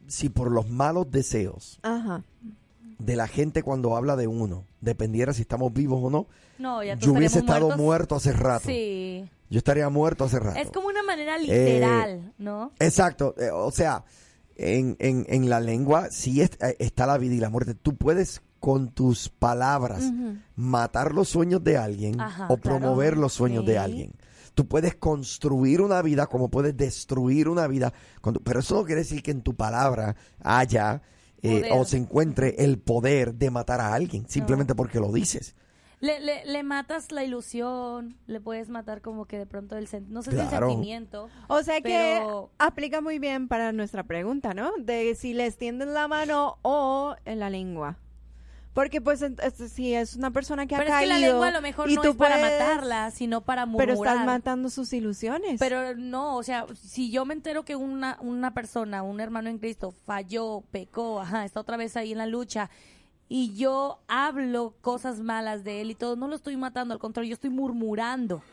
Speaker 2: si por los malos deseos
Speaker 3: Ajá.
Speaker 2: de la gente cuando habla de uno dependiera si estamos vivos o no,
Speaker 1: No, ya todos
Speaker 2: yo hubiese
Speaker 1: estaríamos
Speaker 2: estado
Speaker 1: muertos.
Speaker 2: muerto hace rato. Eh,
Speaker 1: Sí.
Speaker 2: Yo estaría muerto hace rato.
Speaker 1: Es como una manera literal, ¿no?
Speaker 2: Exacto. eh, o sea, en, en- en la lengua sí es- eh, está la vida y la muerte. Tú puedes con tus palabras matar los sueños de alguien
Speaker 1: Ajá,
Speaker 2: o
Speaker 1: claro.
Speaker 2: promover los sueños
Speaker 3: Sí.
Speaker 2: de alguien. Tú puedes construir una vida como puedes destruir una vida. con tu- pero eso no quiere decir que en tu palabra haya eh,
Speaker 1: Poder.
Speaker 2: o se encuentre el poder de matar a alguien simplemente porque lo dices.
Speaker 1: Le, le, le matas la ilusión, le puedes matar como que de pronto el sen- no sé si el
Speaker 2: Claro.
Speaker 1: sentimiento.
Speaker 3: O sea que
Speaker 1: pero-
Speaker 3: aplica muy bien para nuestra pregunta, ¿no? De si le extienden la mano o en la lengua. Porque pues ent- es- si es una persona que
Speaker 1: Pero
Speaker 3: ha
Speaker 1: es que
Speaker 3: caído
Speaker 1: la lengua a lo mejor
Speaker 3: y
Speaker 1: no
Speaker 3: tú
Speaker 1: es para
Speaker 3: puedes-
Speaker 1: matarla, sino para murmurar.
Speaker 3: Pero estás matando sus ilusiones.
Speaker 1: Pero no, o sea, si yo me entero que una, una persona, un hermano en Cristo, falló, pecó, ajá, está otra vez ahí en la lucha, y yo hablo cosas malas de él y todo, no lo estoy matando, al contrario, yo estoy murmurando.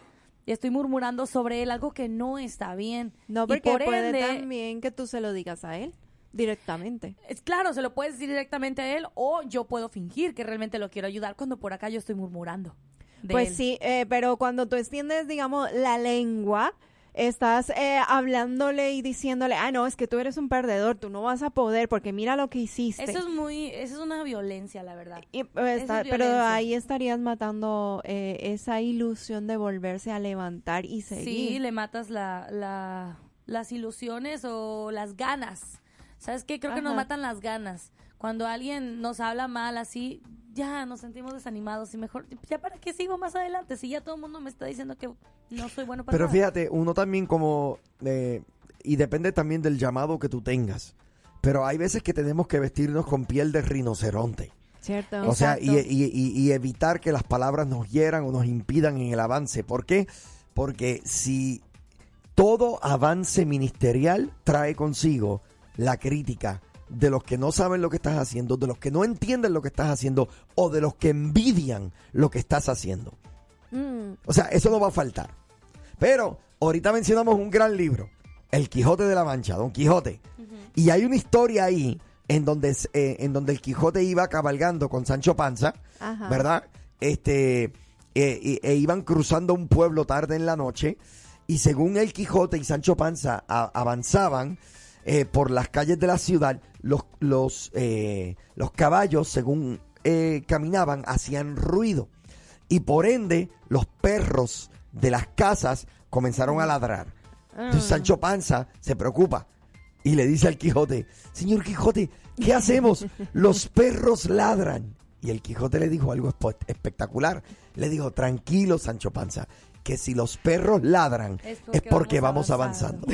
Speaker 1: Y Estoy murmurando sobre él algo que no está bien.
Speaker 3: No,
Speaker 1: Y
Speaker 3: porque
Speaker 1: por
Speaker 3: puede
Speaker 1: ende,
Speaker 3: también que tú se lo digas a él directamente.
Speaker 1: es claro, se lo puedes decir directamente a él o yo puedo fingir que realmente lo quiero ayudar cuando por acá yo estoy murmurando. de
Speaker 3: Pues
Speaker 1: él.
Speaker 3: sí, eh, pero cuando tú extiendes, digamos, la lengua, estás eh, hablándole y diciéndole, ah, no, es que tú eres un perdedor, tú no vas a poder porque mira lo que hiciste.
Speaker 1: Eso es muy, eso es una violencia, la verdad.
Speaker 3: Y, eh,
Speaker 1: eso
Speaker 3: está-
Speaker 1: es
Speaker 3: pero
Speaker 1: violencia.
Speaker 3: ahí estarías matando eh, esa ilusión de volverse a levantar y seguir.
Speaker 1: Sí, le matas la, la- las ilusiones o las ganas. ¿Sabes qué? Creo que nos
Speaker 3: Ajá.
Speaker 1: matan las ganas. Cuando alguien nos habla mal así, ya nos sentimos desanimados y mejor, ya para qué sigo más adelante si ya todo el mundo me está diciendo que no soy bueno para
Speaker 2: Pero
Speaker 1: nada.
Speaker 2: fíjate, uno también como... eh, y depende también del llamado que tú tengas. Pero hay veces que tenemos que vestirnos con piel de rinoceronte.
Speaker 3: ¿Cierto?
Speaker 2: O sea, y,
Speaker 1: Exacto.
Speaker 2: y- y- y evitar que las palabras nos hieran o nos impidan en el avance. ¿Por qué? Porque si todo avance ministerial trae consigo la crítica de los que no saben lo que estás haciendo, de los que no entienden lo que estás haciendo o de los que envidian lo que estás haciendo.
Speaker 3: Mm,
Speaker 2: O sea, eso no va a faltar. Pero ahorita mencionamos un gran libro, El Quijote de la Mancha, Don Quijote. Y hay una historia ahí en donde, es- eh, en donde el Quijote iba cabalgando con Sancho Panza,
Speaker 3: Ajá.
Speaker 2: ¿verdad? Este, eh, y- e iban cruzando un pueblo tarde en la noche. Y según el Quijote y Sancho Panza a- avanzaban eh, por las calles de la ciudad, los, los, eh, los caballos, según eh, caminaban, hacían ruido y por ende los perros de las casas comenzaron a ladrar. Entonces Sancho Panza se preocupa y le dice al Quijote, señor Quijote, ¿qué hacemos? Los perros ladran. Y el Quijote le dijo algo espo- espectacular. Le dijo, tranquilo Sancho Panza, que si los perros ladran es porque, vamos avanzando.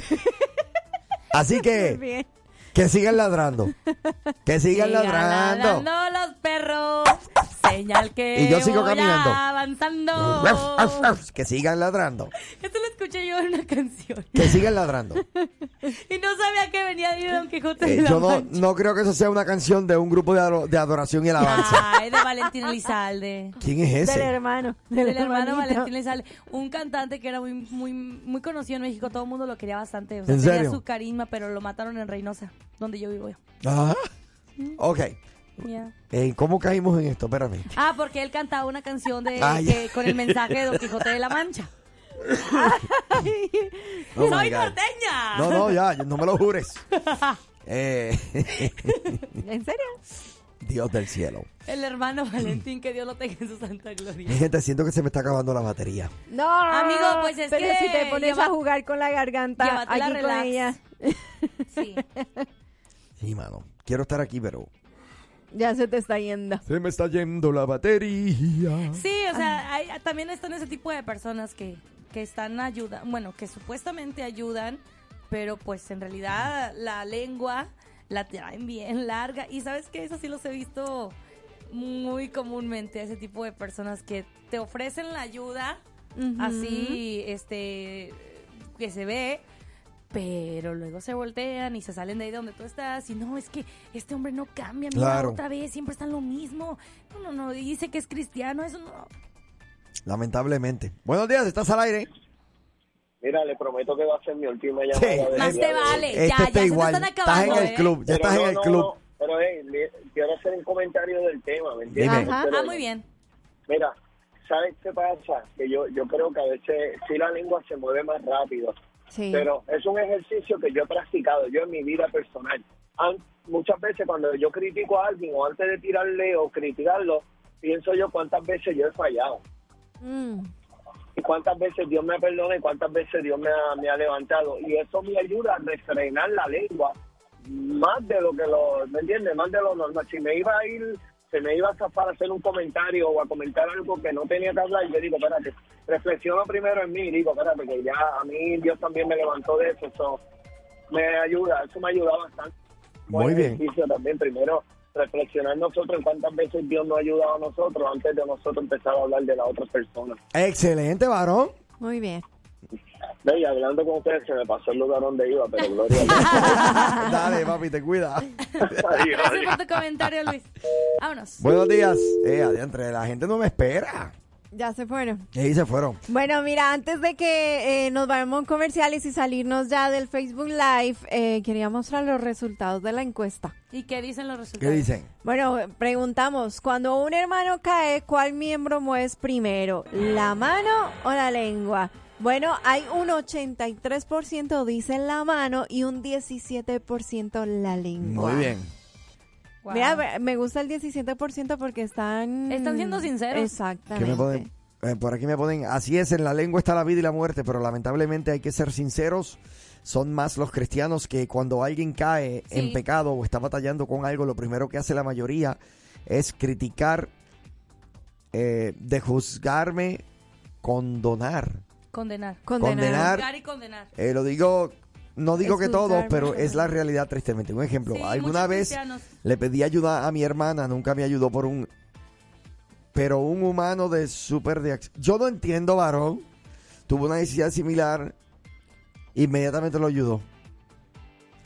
Speaker 2: Así que,
Speaker 3: Bien.
Speaker 2: que sigan ladrando. Que sigan ladrando.
Speaker 1: ladrando los perros. Señal que
Speaker 2: Y yo sigo
Speaker 1: voy
Speaker 2: caminando.
Speaker 1: avanzando.
Speaker 2: Que sigan ladrando.
Speaker 1: Esto lo escuché yo en una canción.
Speaker 2: Que sigan ladrando.
Speaker 1: Y no sabía que venía de Don Quijote de
Speaker 2: Eh,
Speaker 1: la
Speaker 2: yo no,
Speaker 1: Mancha.
Speaker 2: no creo que eso sea una canción de un grupo de, ado- de adoración y alabanza.
Speaker 1: Ay, de Valentín Elizalde.
Speaker 2: ¿Quién es
Speaker 3: Del
Speaker 2: ese?
Speaker 3: hermano.
Speaker 1: Ah. Del hermano
Speaker 3: hermanito.
Speaker 1: Valentín Elizalde. Un cantante que era muy, muy, muy conocido en México. Todo el mundo lo quería bastante. O sea,
Speaker 2: ¿En
Speaker 1: tenía
Speaker 2: serio?
Speaker 1: su carisma, pero lo mataron en Reynosa, donde yo vivo.
Speaker 2: Ah, ok.
Speaker 1: Ya.
Speaker 2: Eh, ¿Cómo caímos en esto? Espérame.
Speaker 1: Ah, porque él cantaba una canción de,
Speaker 2: Ay.
Speaker 1: que- con el mensaje de Don Quijote de la Mancha.
Speaker 2: Oh my
Speaker 1: ¡Soy
Speaker 2: God.
Speaker 1: norteña!
Speaker 2: No, no, ya, no me lo jures. Eh,
Speaker 3: ¿En serio?
Speaker 2: Dios del cielo.
Speaker 1: El hermano Valentín, que Dios lo tenga en su santa gloria.
Speaker 2: Mi gente, siento que se me está acabando la batería.
Speaker 3: No.
Speaker 1: Amigo, pues es
Speaker 3: pero
Speaker 1: que
Speaker 3: si te pones
Speaker 1: lleva-
Speaker 3: a jugar con la garganta
Speaker 1: Llévatela
Speaker 3: aquí con
Speaker 1: relax.
Speaker 3: ella,
Speaker 1: Sí.
Speaker 2: Sí, mano. Quiero estar aquí, pero...
Speaker 3: ya se te está yendo.
Speaker 2: Se me está yendo la batería.
Speaker 1: Sí, o sea, hay- también están ese tipo de personas que, que están ayuda, bueno, que supuestamente ayudan, pero pues en realidad la lengua la traen bien larga. Y sabes que eso sí los he visto muy comúnmente, ese tipo de personas que te ofrecen la ayuda, así, este, que se ve. Pero luego se voltean y se salen de ahí donde tú estás. Y no, es que este hombre no cambia, mira
Speaker 2: Claro.
Speaker 1: otra vez, siempre están lo mismo. No, no, no, dice que es cristiano, eso no.
Speaker 2: Lamentablemente. Buenos días, estás al aire.
Speaker 7: Mira, le prometo que va a ser mi última
Speaker 2: Sí.
Speaker 7: llamada. del
Speaker 1: Más
Speaker 7: día
Speaker 1: te
Speaker 7: de hoy.
Speaker 1: vale.
Speaker 2: Este
Speaker 1: ya, ya se
Speaker 2: está
Speaker 1: te
Speaker 2: igual.
Speaker 1: están
Speaker 2: Estás en
Speaker 1: acabando,
Speaker 2: el
Speaker 1: ¿eh?
Speaker 2: club, ya
Speaker 7: Pero
Speaker 2: estás
Speaker 7: no,
Speaker 2: en el
Speaker 7: no,
Speaker 2: club.
Speaker 7: no, pero hey, le- quiero hacer un comentario del tema, ¿me entiendes?
Speaker 2: Dime.
Speaker 3: Ajá.
Speaker 7: Pero-
Speaker 1: Ah, muy bien.
Speaker 7: Mira, ¿sabes qué pasa? Que yo, yo creo que a veces sí la lengua se mueve más rápido,
Speaker 3: Sí.
Speaker 7: pero es un ejercicio que yo he practicado yo en mi vida personal. An- muchas veces cuando yo critico a alguien o antes de tirarle o criticarlo, pienso yo cuántas veces yo he fallado
Speaker 3: Mm.
Speaker 7: y cuántas veces Dios me perdona y cuántas veces Dios me ha, me ha levantado. Y eso me ayuda a refrenar la lengua más de lo que lo, ¿me entiendes? Más de lo normal. Si me iba a ir, se me iba a zafar a hacer un comentario o a comentar algo que no tenía que hablar, yo digo, espérate, reflexiono primero en mí y digo, espérate, que ya a mí Dios también me levantó de eso. Eso me ayuda, eso me ayuda bastante.
Speaker 2: Muy
Speaker 7: Buen
Speaker 2: bien.
Speaker 7: ejercicio también primero reflexionar nosotros en cuántas veces Dios nos ha ayudado a nosotros antes de nosotros empezar a hablar de las otras personas.
Speaker 2: Excelente, varón.
Speaker 3: Muy bien.
Speaker 7: No, y hablando con ustedes se me pasó el lugar donde iba, pero gloria a Dios.
Speaker 2: Dale, papi, te cuida.
Speaker 7: Adiós,
Speaker 1: Gracias
Speaker 7: adiós.
Speaker 1: por tu comentario, Luis. Vámonos.
Speaker 2: Buenos días. Eh, adiantre, la gente no me espera.
Speaker 3: Ya se fueron.
Speaker 2: Y ahí se fueron.
Speaker 3: Bueno, mira, antes de que eh, nos vayamos comerciales y salirnos ya del Facebook Live, eh, quería mostrar los resultados de la encuesta.
Speaker 1: ¿Y qué dicen los
Speaker 2: ¿Qué
Speaker 1: resultados?
Speaker 2: dicen?
Speaker 3: Bueno, preguntamos, cuando un hermano cae, ¿cuál miembro mueves primero? ¿La mano o la lengua? Bueno, hay un 83% dice la mano y un 17% la lengua.
Speaker 2: Muy bien.
Speaker 1: Wow.
Speaker 3: Mira, me- me gusta el 17% porque están...
Speaker 1: Están siendo sinceros.
Speaker 2: ¿Qué
Speaker 3: Exactamente.
Speaker 2: me ponen? Eh, por aquí me ponen, así es, en la lengua está la vida y la muerte, pero lamentablemente hay que ser sinceros. Son más los cristianos que cuando alguien cae en
Speaker 1: Sí.
Speaker 2: pecado o está batallando con algo, lo primero que hace la mayoría es criticar, eh, de juzgarme, condonar.
Speaker 1: Condenar.
Speaker 2: Condenar.
Speaker 1: Juzgar y condenar.
Speaker 2: Eh, lo digo, no digo que todos,
Speaker 3: Excusarme.
Speaker 2: pero es la realidad tristemente. Un ejemplo,
Speaker 1: Sí,
Speaker 2: alguna
Speaker 1: muchos
Speaker 2: vez
Speaker 1: cristianos.
Speaker 2: le pedí ayuda a mi hermana, nunca me ayudó por un... Pero un humano de súper de ac- Yo no entiendo, varón. Tuvo una necesidad similar. Inmediatamente lo ayudó.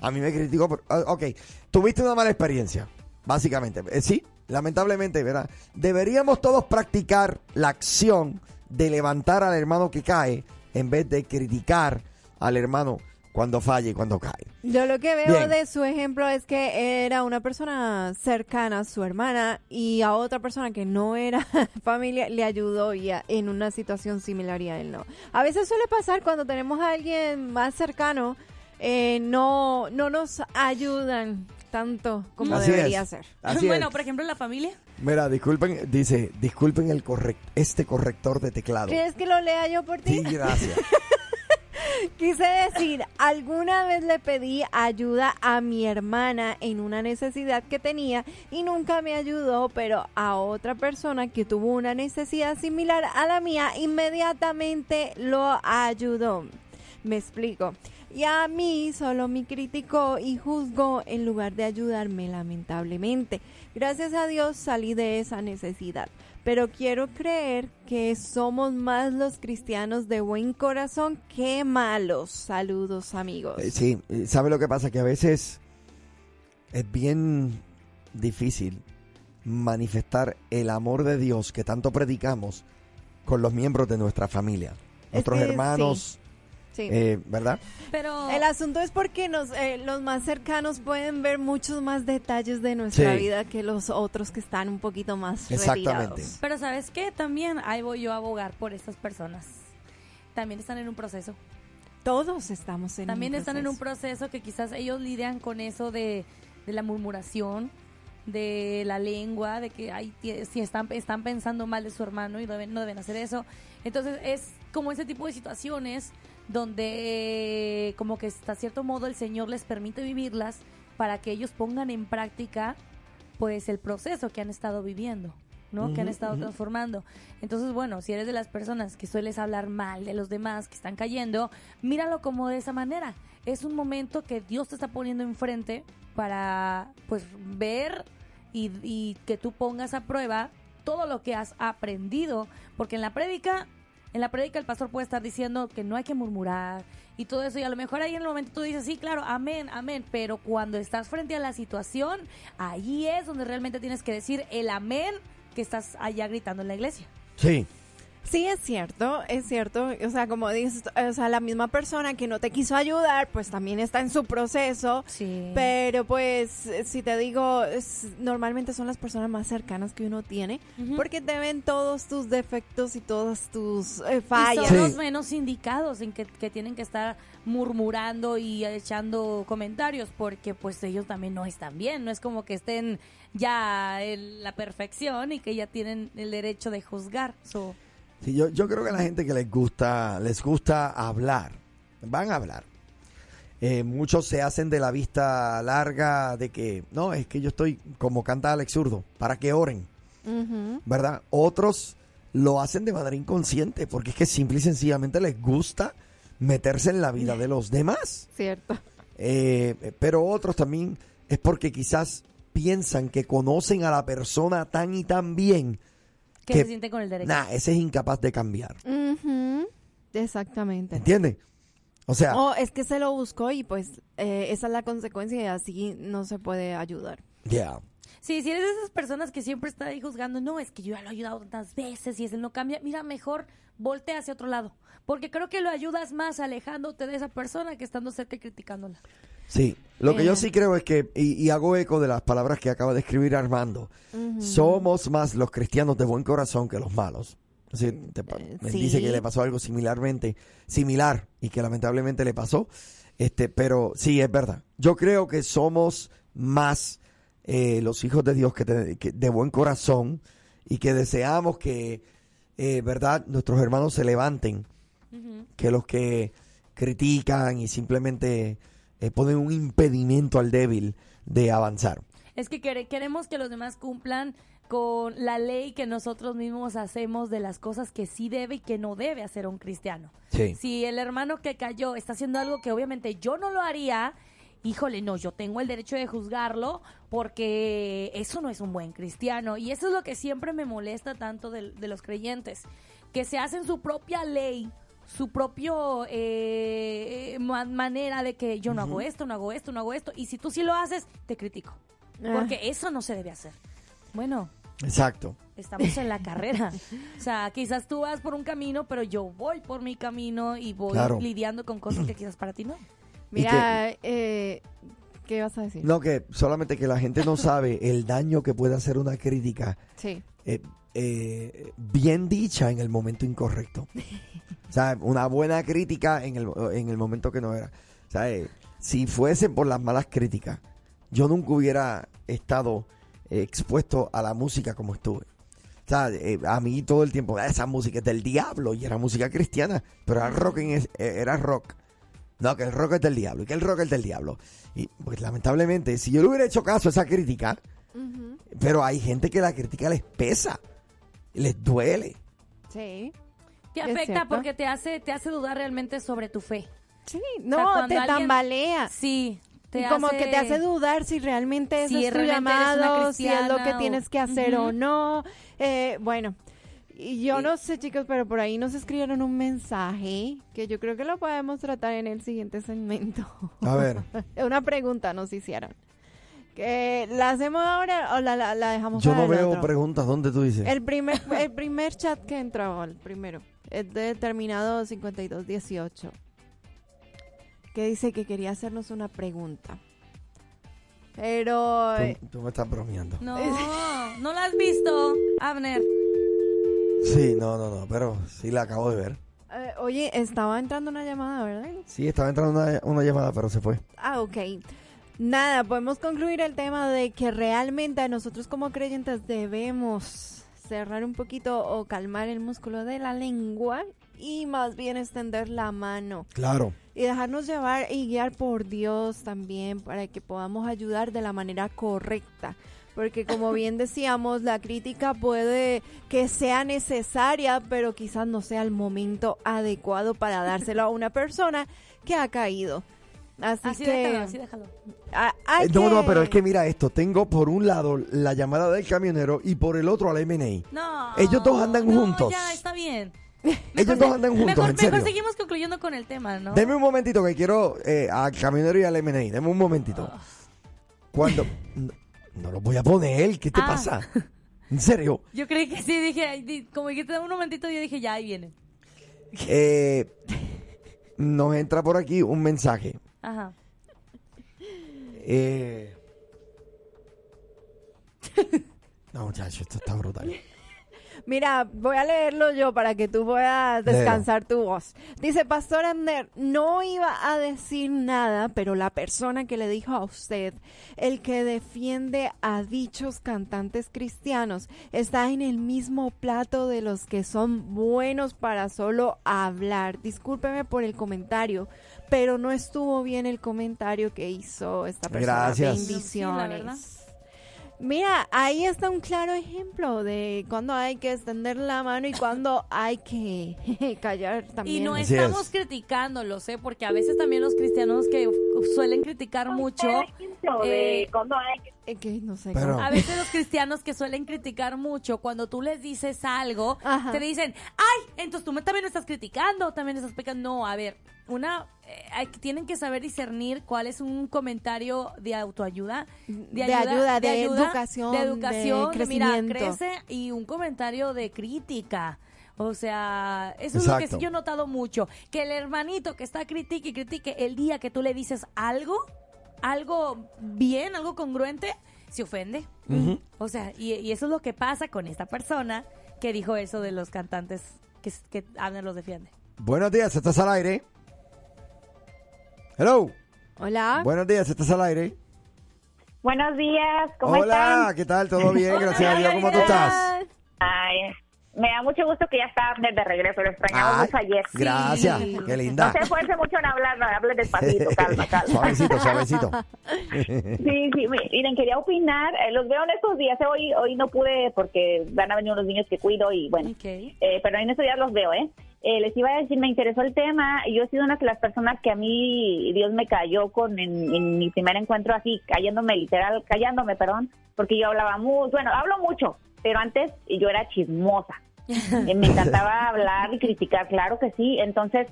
Speaker 2: A mí me criticó. Por, ah, ok, tuviste una mala experiencia, básicamente. Eh, sí, lamentablemente, ¿verdad? Deberíamos todos practicar la acción de levantar al hermano que cae en vez de criticar al hermano cuando falle y cuando cae.
Speaker 3: Yo lo que veo
Speaker 2: Bien.
Speaker 3: de su ejemplo es que era una persona cercana a su hermana y a otra persona que no era familia le ayudó y a- en una situación similar y a él no. A veces suele pasar cuando tenemos a alguien más cercano, eh, no, no nos ayudan tanto como
Speaker 2: Así
Speaker 3: debería
Speaker 2: es.
Speaker 3: ser.
Speaker 2: Así
Speaker 1: bueno,
Speaker 2: es.
Speaker 1: por ejemplo, en la familia.
Speaker 2: Mira, disculpen, dice, disculpen el correct, este corrector de teclado.
Speaker 3: ¿Quieres que lo lea yo por ti?
Speaker 2: Sí, gracias.
Speaker 3: Quise decir, alguna vez le pedí ayuda a mi hermana en una necesidad que tenía y nunca me ayudó, pero a otra persona que tuvo una necesidad similar a la mía inmediatamente lo ayudó. Me explico. Y a mí solo me criticó y juzgó en lugar de ayudarme, lamentablemente. Gracias a Dios salí de esa necesidad. Pero quiero creer que somos más los cristianos de buen corazón que malos. Saludos, amigos.
Speaker 2: Eh, Sí, eh, ¿sabe lo que pasa? Que a veces es bien difícil manifestar el amor de Dios que tanto predicamos con los miembros de nuestra familia, nuestros
Speaker 3: que sí.
Speaker 2: hermanos,
Speaker 3: Sí.
Speaker 2: eh, ¿verdad?
Speaker 1: Pero
Speaker 3: El asunto es porque nos, eh, los más cercanos pueden ver muchos más detalles de nuestra
Speaker 2: Sí.
Speaker 3: vida que los otros que están un poquito más
Speaker 2: Exactamente.
Speaker 3: retirados.
Speaker 1: Pero ¿sabes qué? También ahí voy yo a abogar por estas personas. También están en un proceso.
Speaker 3: Todos estamos en
Speaker 1: También
Speaker 3: un
Speaker 1: están en un
Speaker 3: proceso.
Speaker 1: proceso que quizás ellos lidian con eso de, de la murmuración, de la lengua, de que ay, tie- si están, están pensando mal de su hermano y deben- no deben hacer eso. Entonces es como ese tipo de situaciones donde eh, como que hasta cierto modo el Señor les permite vivirlas para que ellos pongan en práctica pues el proceso que han estado viviendo, ¿no? que han estado transformando. Entonces, bueno, si eres de las personas que sueles hablar mal de los demás que están cayendo, míralo como de esa manera. Es un momento que Dios te está poniendo enfrente para pues ver y, y que tú pongas a prueba todo lo que has aprendido, porque en la prédica en la prédica el pastor puede estar diciendo que no hay que murmurar y todo eso. Y a lo mejor ahí en el momento tú dices, sí, claro, amén, amén. Pero cuando estás frente a la situación, ahí es donde realmente tienes que decir el amén que estás allá gritando en la iglesia.
Speaker 2: Sí.
Speaker 3: Sí, es cierto, es cierto. O sea, como dices, o sea, la misma persona que no te quiso ayudar, pues también está en su proceso.
Speaker 1: Sí.
Speaker 3: Pero pues, eh, si te digo, es- normalmente son las personas más cercanas que uno tiene, porque te ven todos tus defectos y todas tus eh,
Speaker 1: Y
Speaker 3: fallas.
Speaker 2: Sí.
Speaker 1: son los menos indicados en que, que tienen que estar murmurando y echando comentarios porque pues ellos también no están bien. No es como que estén ya en la perfección y que ya tienen el derecho de juzgar. So,
Speaker 2: Sí, yo, yo creo que a la gente que les gusta, les gusta hablar, van a hablar. Eh, muchos se hacen de la vista larga de que, no, es que yo estoy como canta Alex Zurdo, para que oren,
Speaker 3: Ujú.
Speaker 2: ¿verdad? Otros lo hacen de manera inconsciente, porque es que simple y sencillamente les gusta meterse en la vida de los demás.
Speaker 3: Cierto.
Speaker 2: Eh, pero otros también es porque quizás piensan que conocen a la persona tan y tan bien,
Speaker 1: que
Speaker 2: Que-
Speaker 1: se sienten con el derecho.
Speaker 2: nah, ese es incapaz de cambiar.
Speaker 3: Ujú. Exactamente.
Speaker 2: ¿Entiendes? O sea,
Speaker 3: O es que se lo buscó y pues eh, esa es la consecuencia y así no se puede ayudar.
Speaker 2: yeah.
Speaker 1: Sí, si eres de esas personas que siempre está ahí juzgando, no, es que yo ya lo he ayudado tantas veces y él no cambia, mira, mejor voltea hacia otro lado. Porque creo que lo ayudas más alejándote de esa persona que estando cerca y criticándola.
Speaker 2: Sí. Lo que
Speaker 3: Eh.
Speaker 2: yo sí creo es que, y, y hago eco de las palabras que acaba de escribir Armando, somos más los cristianos de buen corazón que los malos. Sí, te pa-
Speaker 3: Eh,
Speaker 2: me
Speaker 3: sí.
Speaker 2: Dice que le pasó algo similarmente, similar, y que lamentablemente le pasó. Este, pero sí, es verdad. Yo creo que somos más eh, los hijos de Dios que, te- que- de buen corazón y que deseamos que, eh, ¿verdad?, nuestros hermanos se levanten que los que critican y simplemente eh, ponen un impedimento al débil de avanzar.
Speaker 1: Es que quere- queremos que los demás cumplan con la ley que nosotros mismos hacemos de las cosas que sí debe y que no debe hacer un cristiano.
Speaker 2: Sí.
Speaker 1: Si el hermano que cayó está haciendo algo que obviamente yo no lo haría, híjole, no, yo tengo el derecho de juzgarlo porque eso no es un buen cristiano. Y eso es lo que siempre me molesta tanto del- de, los creyentes, que se hacen su propia ley, su propio eh, ma- manera de que yo no hago esto, no hago esto, no hago esto. Y si tú sí lo haces, te critico. Porque eso no se debe hacer. Bueno,
Speaker 2: Exacto.
Speaker 1: estamos en la carrera. O sea, quizás tú vas por un camino, pero yo voy por mi camino y voy
Speaker 2: Claro.
Speaker 1: lidiando con cosas que quizás para ti no.
Speaker 3: Mira, eh, ¿qué vas a decir?
Speaker 2: No, que solamente que la gente no sabe el daño que puede hacer una crítica
Speaker 3: Sí.
Speaker 2: eh, eh, bien dicha en el momento incorrecto. O sea, una buena crítica en el, en el momento que no era. O sea, eh, si fuese por las malas críticas, yo nunca hubiera estado eh, expuesto a la música como estuve. O sea, eh, a mí todo el tiempo, "Ah, esa música es del diablo y era música cristiana, pero era rock, en es- eh, era rock. No, que el rock es del diablo, y que el rock es del diablo. Y pues lamentablemente, si yo le hubiera hecho caso a esa crítica, pero hay gente que la crítica les pesa, les duele.
Speaker 3: Sí.
Speaker 1: Te
Speaker 3: Es
Speaker 1: afecta
Speaker 3: cierto.
Speaker 1: porque te hace, te hace dudar realmente sobre tu fe.
Speaker 3: Sí,
Speaker 1: O sea,
Speaker 3: no,
Speaker 1: cuando
Speaker 3: te
Speaker 1: alguien-
Speaker 3: tambalea.
Speaker 1: Sí. Te
Speaker 3: Ah. como
Speaker 1: hace-
Speaker 3: que te hace dudar si realmente ese
Speaker 1: Si
Speaker 3: es tu
Speaker 1: realmente eres una
Speaker 3: llamado, si es lo que
Speaker 1: cristiana o-
Speaker 3: tienes que hacer o
Speaker 1: Ujú.
Speaker 3: no. Eh, bueno, y yo no sé, chicos, pero por ahí nos escribieron un mensaje que yo creo que lo podemos tratar en el siguiente segmento.
Speaker 2: A ver.
Speaker 3: Una pregunta nos hicieron. Que ¿La hacemos ahora o la, la- la dejamos
Speaker 2: Yo
Speaker 3: para
Speaker 2: no
Speaker 3: el
Speaker 2: veo
Speaker 3: otro?
Speaker 2: preguntas, ¿dónde tú dices?
Speaker 3: El primer, el primer chat que entró, el primero, es de terminado 5218, que dice que quería hacernos una pregunta. Pero... eh,
Speaker 2: Tú, tú me estás bromeando.
Speaker 1: No, no la has visto, Abner.
Speaker 2: Sí, no, no, no, pero sí la acabo de ver.
Speaker 3: eh, oye, estaba entrando una llamada, ¿verdad?
Speaker 2: Sí, estaba entrando una, una llamada, pero se fue.
Speaker 3: Ah, ok. Nada, podemos concluir el tema de que realmente a nosotros como creyentes debemos cerrar un poquito o calmar el músculo de la lengua y más bien extender la mano.
Speaker 2: Claro.
Speaker 3: Y dejarnos llevar y guiar por Dios también para que podamos ayudar de la manera correcta. Porque como bien decíamos, la crítica puede que sea necesaria, pero quizás no sea el momento adecuado para dárselo a una persona que ha caído. Así,
Speaker 1: Así
Speaker 3: que...
Speaker 1: déjalo, así déjalo.
Speaker 3: a- hay
Speaker 2: Eh, no, no,
Speaker 3: que-
Speaker 2: pero es que mira esto. Tengo por un lado la llamada del camionero y por el otro al M&A.
Speaker 1: No.
Speaker 2: Ellos dos andan
Speaker 1: no,
Speaker 2: juntos.
Speaker 1: Ya, está bien.
Speaker 2: Ellos dos andan juntos,
Speaker 1: mejor,
Speaker 2: en serio.
Speaker 1: mejor seguimos concluyendo con el tema, ¿no?
Speaker 2: Deme un momentito que quiero eh, al camionero y al M&A. Deme un momentito. Cuando... No, no lo voy a poner. ¿Qué te
Speaker 1: Ah.
Speaker 2: pasa? En serio.
Speaker 1: Yo creí que sí, dije, ay, di- como dijiste un momentito, yo dije, ya, ahí viene.
Speaker 2: Eh, nos entra por aquí un mensaje.
Speaker 1: Ajá.
Speaker 2: Eh, no, muchachos, esto está brutal.
Speaker 3: Mira, voy a leerlo yo para que tú puedas
Speaker 2: Léelo.
Speaker 3: descansar tu voz. Dice, Pastor Ander, no iba a decir nada, pero la persona que le dijo a usted, el que defiende a dichos cantantes cristianos, está en el mismo plato de los que son buenos para solo hablar. Discúlpeme por el comentario, pero no estuvo bien el comentario que hizo esta persona.
Speaker 2: Gracias. Sí, la
Speaker 1: verdad.
Speaker 3: Bendiciones. Mira, ahí está un claro ejemplo de cuando hay que extender la mano y cuando hay que jeje, callar
Speaker 1: Y
Speaker 3: también.
Speaker 1: no
Speaker 2: Así
Speaker 1: estamos
Speaker 2: es.
Speaker 1: criticándolos, ¿eh? Porque a veces también los cristianos que suelen criticar
Speaker 6: Pues
Speaker 1: mucho, eh,
Speaker 3: Eh, que no sé.
Speaker 2: Pero-
Speaker 3: cómo-
Speaker 1: a veces los cristianos que suelen criticar mucho, cuando tú les dices algo,
Speaker 3: Ajá.
Speaker 1: te dicen, ay, entonces tú me- también me estás criticando, también estás pecando. No, a ver, una, eh, hay que- tienen que saber discernir cuál es un comentario de autoayuda,
Speaker 3: Mm, De ayuda, de educación,
Speaker 1: de
Speaker 3: de
Speaker 1: educación, de, mira,
Speaker 3: crecimiento.
Speaker 1: crece y un comentario de crítica. O sea, eso es lo que
Speaker 2: Exacto.
Speaker 1: sí yo he notado mucho. Que el hermanito que está critique y critique, el día que tú le dices algo, algo bien, algo congruente, se ofende. O sea, y, y eso es lo que pasa con esta persona que dijo eso de los cantantes que, s- que Abner los defiende.
Speaker 2: Buenos días, estás al aire. Hello.
Speaker 6: Ah.
Speaker 3: Hola.
Speaker 2: Buenos días, estás al aire.
Speaker 6: Buenos días, ¿cómo
Speaker 2: Hola,
Speaker 6: están?
Speaker 2: ¿qué tal? ¿Todo bien? Gracias a Dios. ¿Cómo tú estás?
Speaker 6: Ay, me da mucho gusto que ya está desde regreso, lo extrañamos
Speaker 2: Ay,
Speaker 6: mucho ayer.
Speaker 2: gracias, qué linda.
Speaker 6: No se esfuerce mucho en hablar, no, hable despacito, calma, calma.
Speaker 2: suavecito, suavecito.
Speaker 6: Sí, sí, mi- miren, quería opinar, eh, los veo en estos días, eh, hoy hoy no pude porque van a venir unos niños que cuido y bueno,
Speaker 1: Ok.
Speaker 6: eh, pero en estos días los veo, ¿eh? Eh, Les iba a decir, me interesó el tema, y yo he sido una de las personas que a mí Dios me cayó con en, en mi primer encuentro así, callándome literal, callándome, perdón, porque yo hablaba mucho, bueno, hablo mucho, pero antes yo era chismosa. Eh, me encantaba hablar y criticar, claro que sí, entonces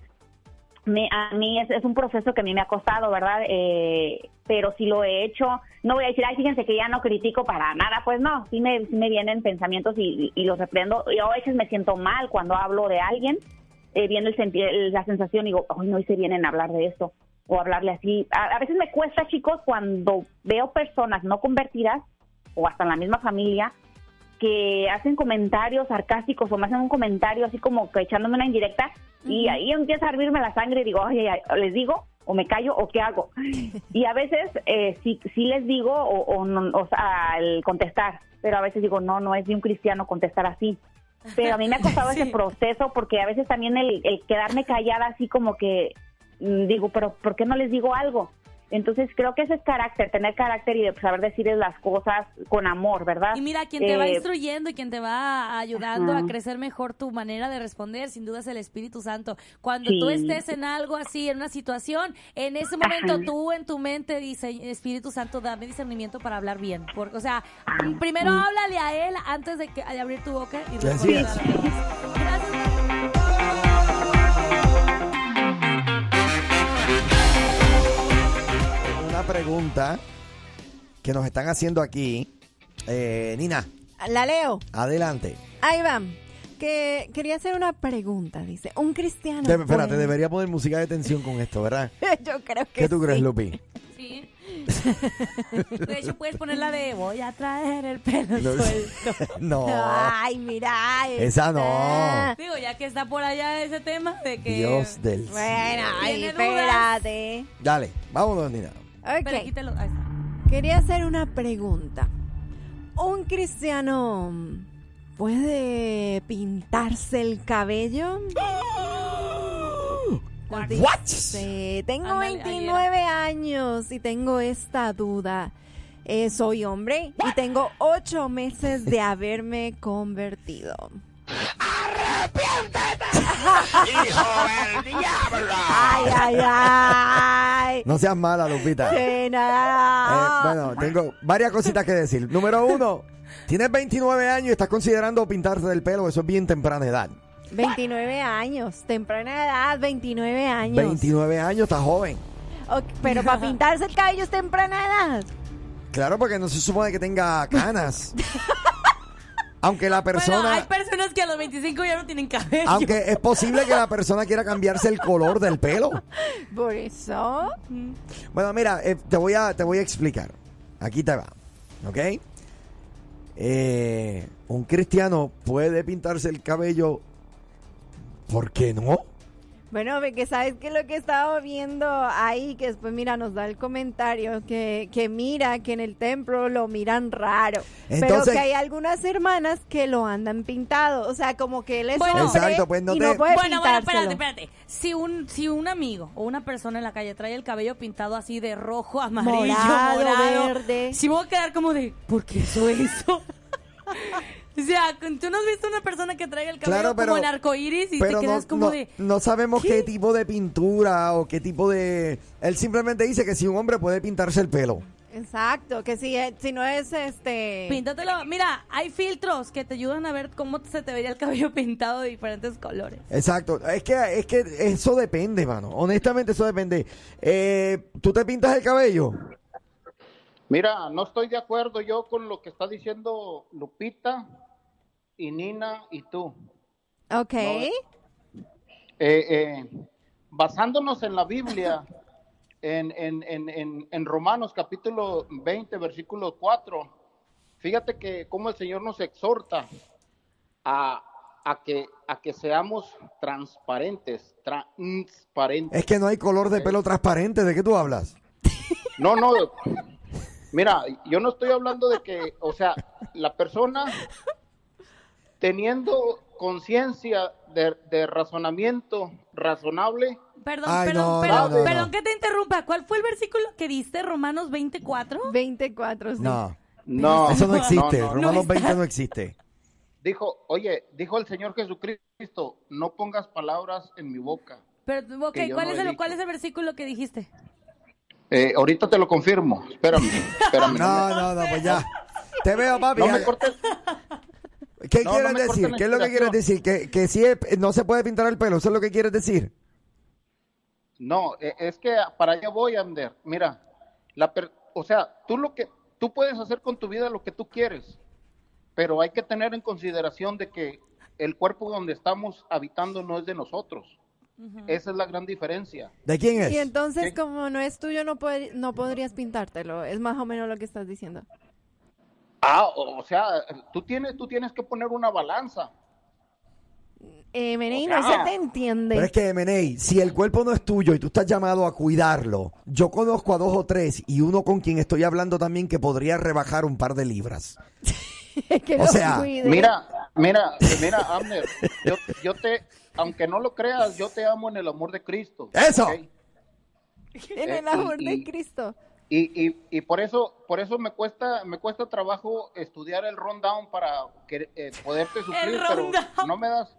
Speaker 6: me- a mí es, es un proceso que a mí me ha costado, ¿verdad? Eh, pero si lo he hecho, no voy a decir, ay, fíjense que ya no critico para nada, pues no, sí me, sí me vienen pensamientos y, y los reprendo. Yo a veces me siento mal cuando hablo de alguien, eh, viene el senti- el- la sensación, digo, ay, no hice bien en hablar de esto o hablarle así. A, a veces me cuesta, chicos, cuando veo personas no convertidas o hasta en la misma familia que hacen comentarios sarcásticos o me hacen un comentario así como que echándome una indirecta y ahí empieza a hervirme la sangre y digo, oye, les digo o me callo o qué hago. Y a veces eh, sí, sí les digo o, o no- o sea, al contestar, pero a veces digo, no, no es de un cristiano contestar así. Pero a mí me ha costado
Speaker 1: Sí.
Speaker 6: ese proceso porque a veces también el, el quedarme callada así como que
Speaker 8: mm, digo, pero ¿por qué no les digo algo? Entonces creo que ese es carácter, tener carácter y de saber decirles las cosas con amor, ¿verdad?
Speaker 1: Y mira, quien te va
Speaker 8: Eh,
Speaker 1: instruyendo y quien te va ayudando
Speaker 8: Ajá.
Speaker 1: a crecer mejor tu manera de responder, sin duda es el Espíritu Santo. Cuando tú
Speaker 8: Sí.
Speaker 1: estés en algo así, en una situación, en ese momento
Speaker 8: Ajá.
Speaker 1: tú en tu mente dices, Espíritu Santo, dame discernimiento para hablar bien. Porque, o sea, primero
Speaker 8: Ah, sí.
Speaker 1: háblale a él antes de, que, de abrir tu boca y
Speaker 2: Gracias.
Speaker 1: responder a la pregunta.
Speaker 2: Una pregunta que nos están haciendo aquí. Eh, Nina,
Speaker 3: La leo.
Speaker 2: adelante.
Speaker 3: Ahí va. Que quería hacer una pregunta, dice. Un cristiano.
Speaker 2: Debe-
Speaker 1: pues.
Speaker 2: espérate,
Speaker 3: puede-
Speaker 2: debería poner música de tensión con esto, ¿verdad?
Speaker 3: Yo creo que
Speaker 2: ¿Qué tú crees,
Speaker 3: sí.
Speaker 2: Lupi?
Speaker 1: Sí. De hecho, puedes poner la de voy a traer el pelo
Speaker 2: No.
Speaker 1: suelto.
Speaker 2: No.
Speaker 3: Ay, mira.
Speaker 2: Esa no.
Speaker 3: esta.
Speaker 1: Digo, ya que está por allá ese tema de que...
Speaker 2: Dios del
Speaker 3: Bueno,
Speaker 2: cielo.
Speaker 3: ay,
Speaker 1: Tiene dudas.
Speaker 3: espérate.
Speaker 2: Dale, vámonos, Nina.
Speaker 1: Pero
Speaker 3: Ok.
Speaker 1: quítalo. Ahí está.
Speaker 3: Quería hacer una pregunta. ¿Un cristiano puede pintarse el cabello? Nos dice, tengo
Speaker 1: Ándale,
Speaker 3: 29 años y tengo esta duda. Eh, soy hombre y tengo 8 meses de haberme convertido. ¡Ay, ay, ay!
Speaker 2: No seas mala, Lupita.
Speaker 3: ¡Qué
Speaker 2: Eh,
Speaker 3: nada!
Speaker 1: Ah.
Speaker 2: bueno, tengo varias cositas que decir. Número uno, tienes 29 años y estás considerando pintarte el pelo. Eso es bien temprana edad.
Speaker 3: 29 años, temprana edad, 29 años.
Speaker 2: 29 años, estás joven.
Speaker 3: Ok, pero para pintarse el cabello es temprana edad.
Speaker 2: Claro, porque no se supone que tenga canas. Aunque la persona...
Speaker 1: Bueno, hay personas que a los 25 ya no tienen cabello.
Speaker 2: Aunque es posible que la persona quiera cambiarse el color del pelo.
Speaker 3: Por eso.
Speaker 2: Bueno, mira, eh, te, voy a, te voy a explicar. Aquí te va. ¿Ok? Eh, un cristiano puede pintarse el cabello. ¿Por qué no?
Speaker 3: Bueno, ve que sabes que lo que estaba viendo ahí, que después mira, nos da el comentario, que, que mira que en el templo lo miran raro. pero
Speaker 2: Entonces-
Speaker 3: que hay algunas hermanas que lo andan pintado. O sea, como que él es
Speaker 1: Bueno.
Speaker 3: hombre
Speaker 2: Exacto, pues no
Speaker 3: y
Speaker 2: te-
Speaker 3: no puede
Speaker 1: bueno, bueno, espérate,
Speaker 3: pintárselo.
Speaker 1: espérate. Si un, si un amigo o una persona en la calle trae el cabello pintado así de rojo, amarillo,
Speaker 3: Morado,
Speaker 1: morado,
Speaker 3: verde.
Speaker 1: Si me voy a quedar como de, ¿por qué hizo eso? o sea, tú no has visto una persona que traiga el cabello
Speaker 2: Claro, pero.
Speaker 1: como en arcoíris y te
Speaker 2: pero
Speaker 1: quedas
Speaker 2: no,
Speaker 1: como
Speaker 2: no-
Speaker 1: de.
Speaker 2: no sabemos ¿qué? tipo de pintura o qué tipo de. Él simplemente dice que si un hombre puede pintarse el pelo.
Speaker 3: Exacto, que si, es- si no es este...
Speaker 1: Píntatelo. Mira, hay filtros que te ayudan a ver cómo se te vería el cabello pintado de diferentes colores.
Speaker 2: Exacto. Es que, es que eso depende, mano. Honestamente, eso depende. Eh, ¿Tú te pintas el cabello?
Speaker 9: Mira, no estoy de acuerdo yo con lo que está diciendo Lupita y Nina y tú.
Speaker 3: Ok.
Speaker 9: Eh, eh, basándonos en la Biblia, en, en- en- en- en Romanos capítulo 20, versículo 4, fíjate que cómo el Señor nos exhorta a, a que, a que seamos transparentes, transparentes.
Speaker 2: Es que no hay color de pelo transparente. ¿De qué tú hablas?
Speaker 9: No, no. Mira, yo no estoy hablando de que, o sea, la persona teniendo conciencia de, de razonamiento razonable,
Speaker 1: Perdón,
Speaker 2: Ay,
Speaker 1: perdón,
Speaker 2: no,
Speaker 1: perdón,
Speaker 9: no, no,
Speaker 1: perdón
Speaker 2: no.
Speaker 1: que te interrumpa. ¿Cuál fue el versículo que diste? Romanos 24.
Speaker 3: 24,
Speaker 9: Pues
Speaker 3: sí.
Speaker 2: No.
Speaker 9: no.
Speaker 2: Eso no existe.
Speaker 9: no, no.
Speaker 2: Romanos
Speaker 1: No está.
Speaker 2: 20 no existe.
Speaker 9: Dijo, oye, dijo el Señor Jesucristo, no pongas palabras en mi boca.
Speaker 1: Pero, ok,
Speaker 9: Que yo
Speaker 1: ¿cuál,
Speaker 9: no
Speaker 1: es
Speaker 9: he
Speaker 1: el,
Speaker 9: dicho.
Speaker 1: ¿cuál es el versículo que dijiste?
Speaker 9: Eh, ahorita te lo confirmo, espérame, espérame.
Speaker 2: No, no, no, pues ya. Te veo, papi.
Speaker 9: No me cortes.
Speaker 2: ¿Qué
Speaker 9: no,
Speaker 2: quieres
Speaker 9: no me cortes
Speaker 2: decir?
Speaker 9: la
Speaker 2: ¿Qué es lo que quieres decir? Que, que si es- no se puede pintar el pelo. ¿Eso es lo que quieres decir?
Speaker 9: No, eh, es que para allá voy, Ander. Mira, la per- o sea, tú lo que tú puedes hacer con tu vida lo que tú quieres, pero hay que tener en consideración de que el cuerpo donde estamos habitando no es de nosotros. Esa es la gran diferencia.
Speaker 2: ¿De quién
Speaker 3: Y
Speaker 2: es?
Speaker 3: entonces,
Speaker 9: Sí.
Speaker 3: como no es tuyo, no, pod- no podrías pintártelo. Es más o menos lo que estás diciendo.
Speaker 9: Ah, o, o sea, tú tienes tú tienes que poner una balanza.
Speaker 3: Eh, Meney,
Speaker 9: O sea,
Speaker 3: no se te entiende.
Speaker 2: Pero es que, MNE, si el cuerpo no es tuyo y tú estás llamado a cuidarlo, yo conozco a dos o tres y uno con quien estoy hablando también que podría rebajar un par de libras.
Speaker 3: que,
Speaker 2: o
Speaker 3: lo
Speaker 2: sea,
Speaker 3: cuide.
Speaker 9: Mira, mira, mira, Ander, yo, yo te aunque no lo creas, yo te amo en el amor de Cristo.
Speaker 2: ¡Eso!
Speaker 9: ¿ok? eh,
Speaker 3: En el amor de Cristo.
Speaker 9: Y, y, y por eso, por eso me cuesta, me cuesta trabajo estudiar el rundown para que, eh, poderte suplir, pero no me das,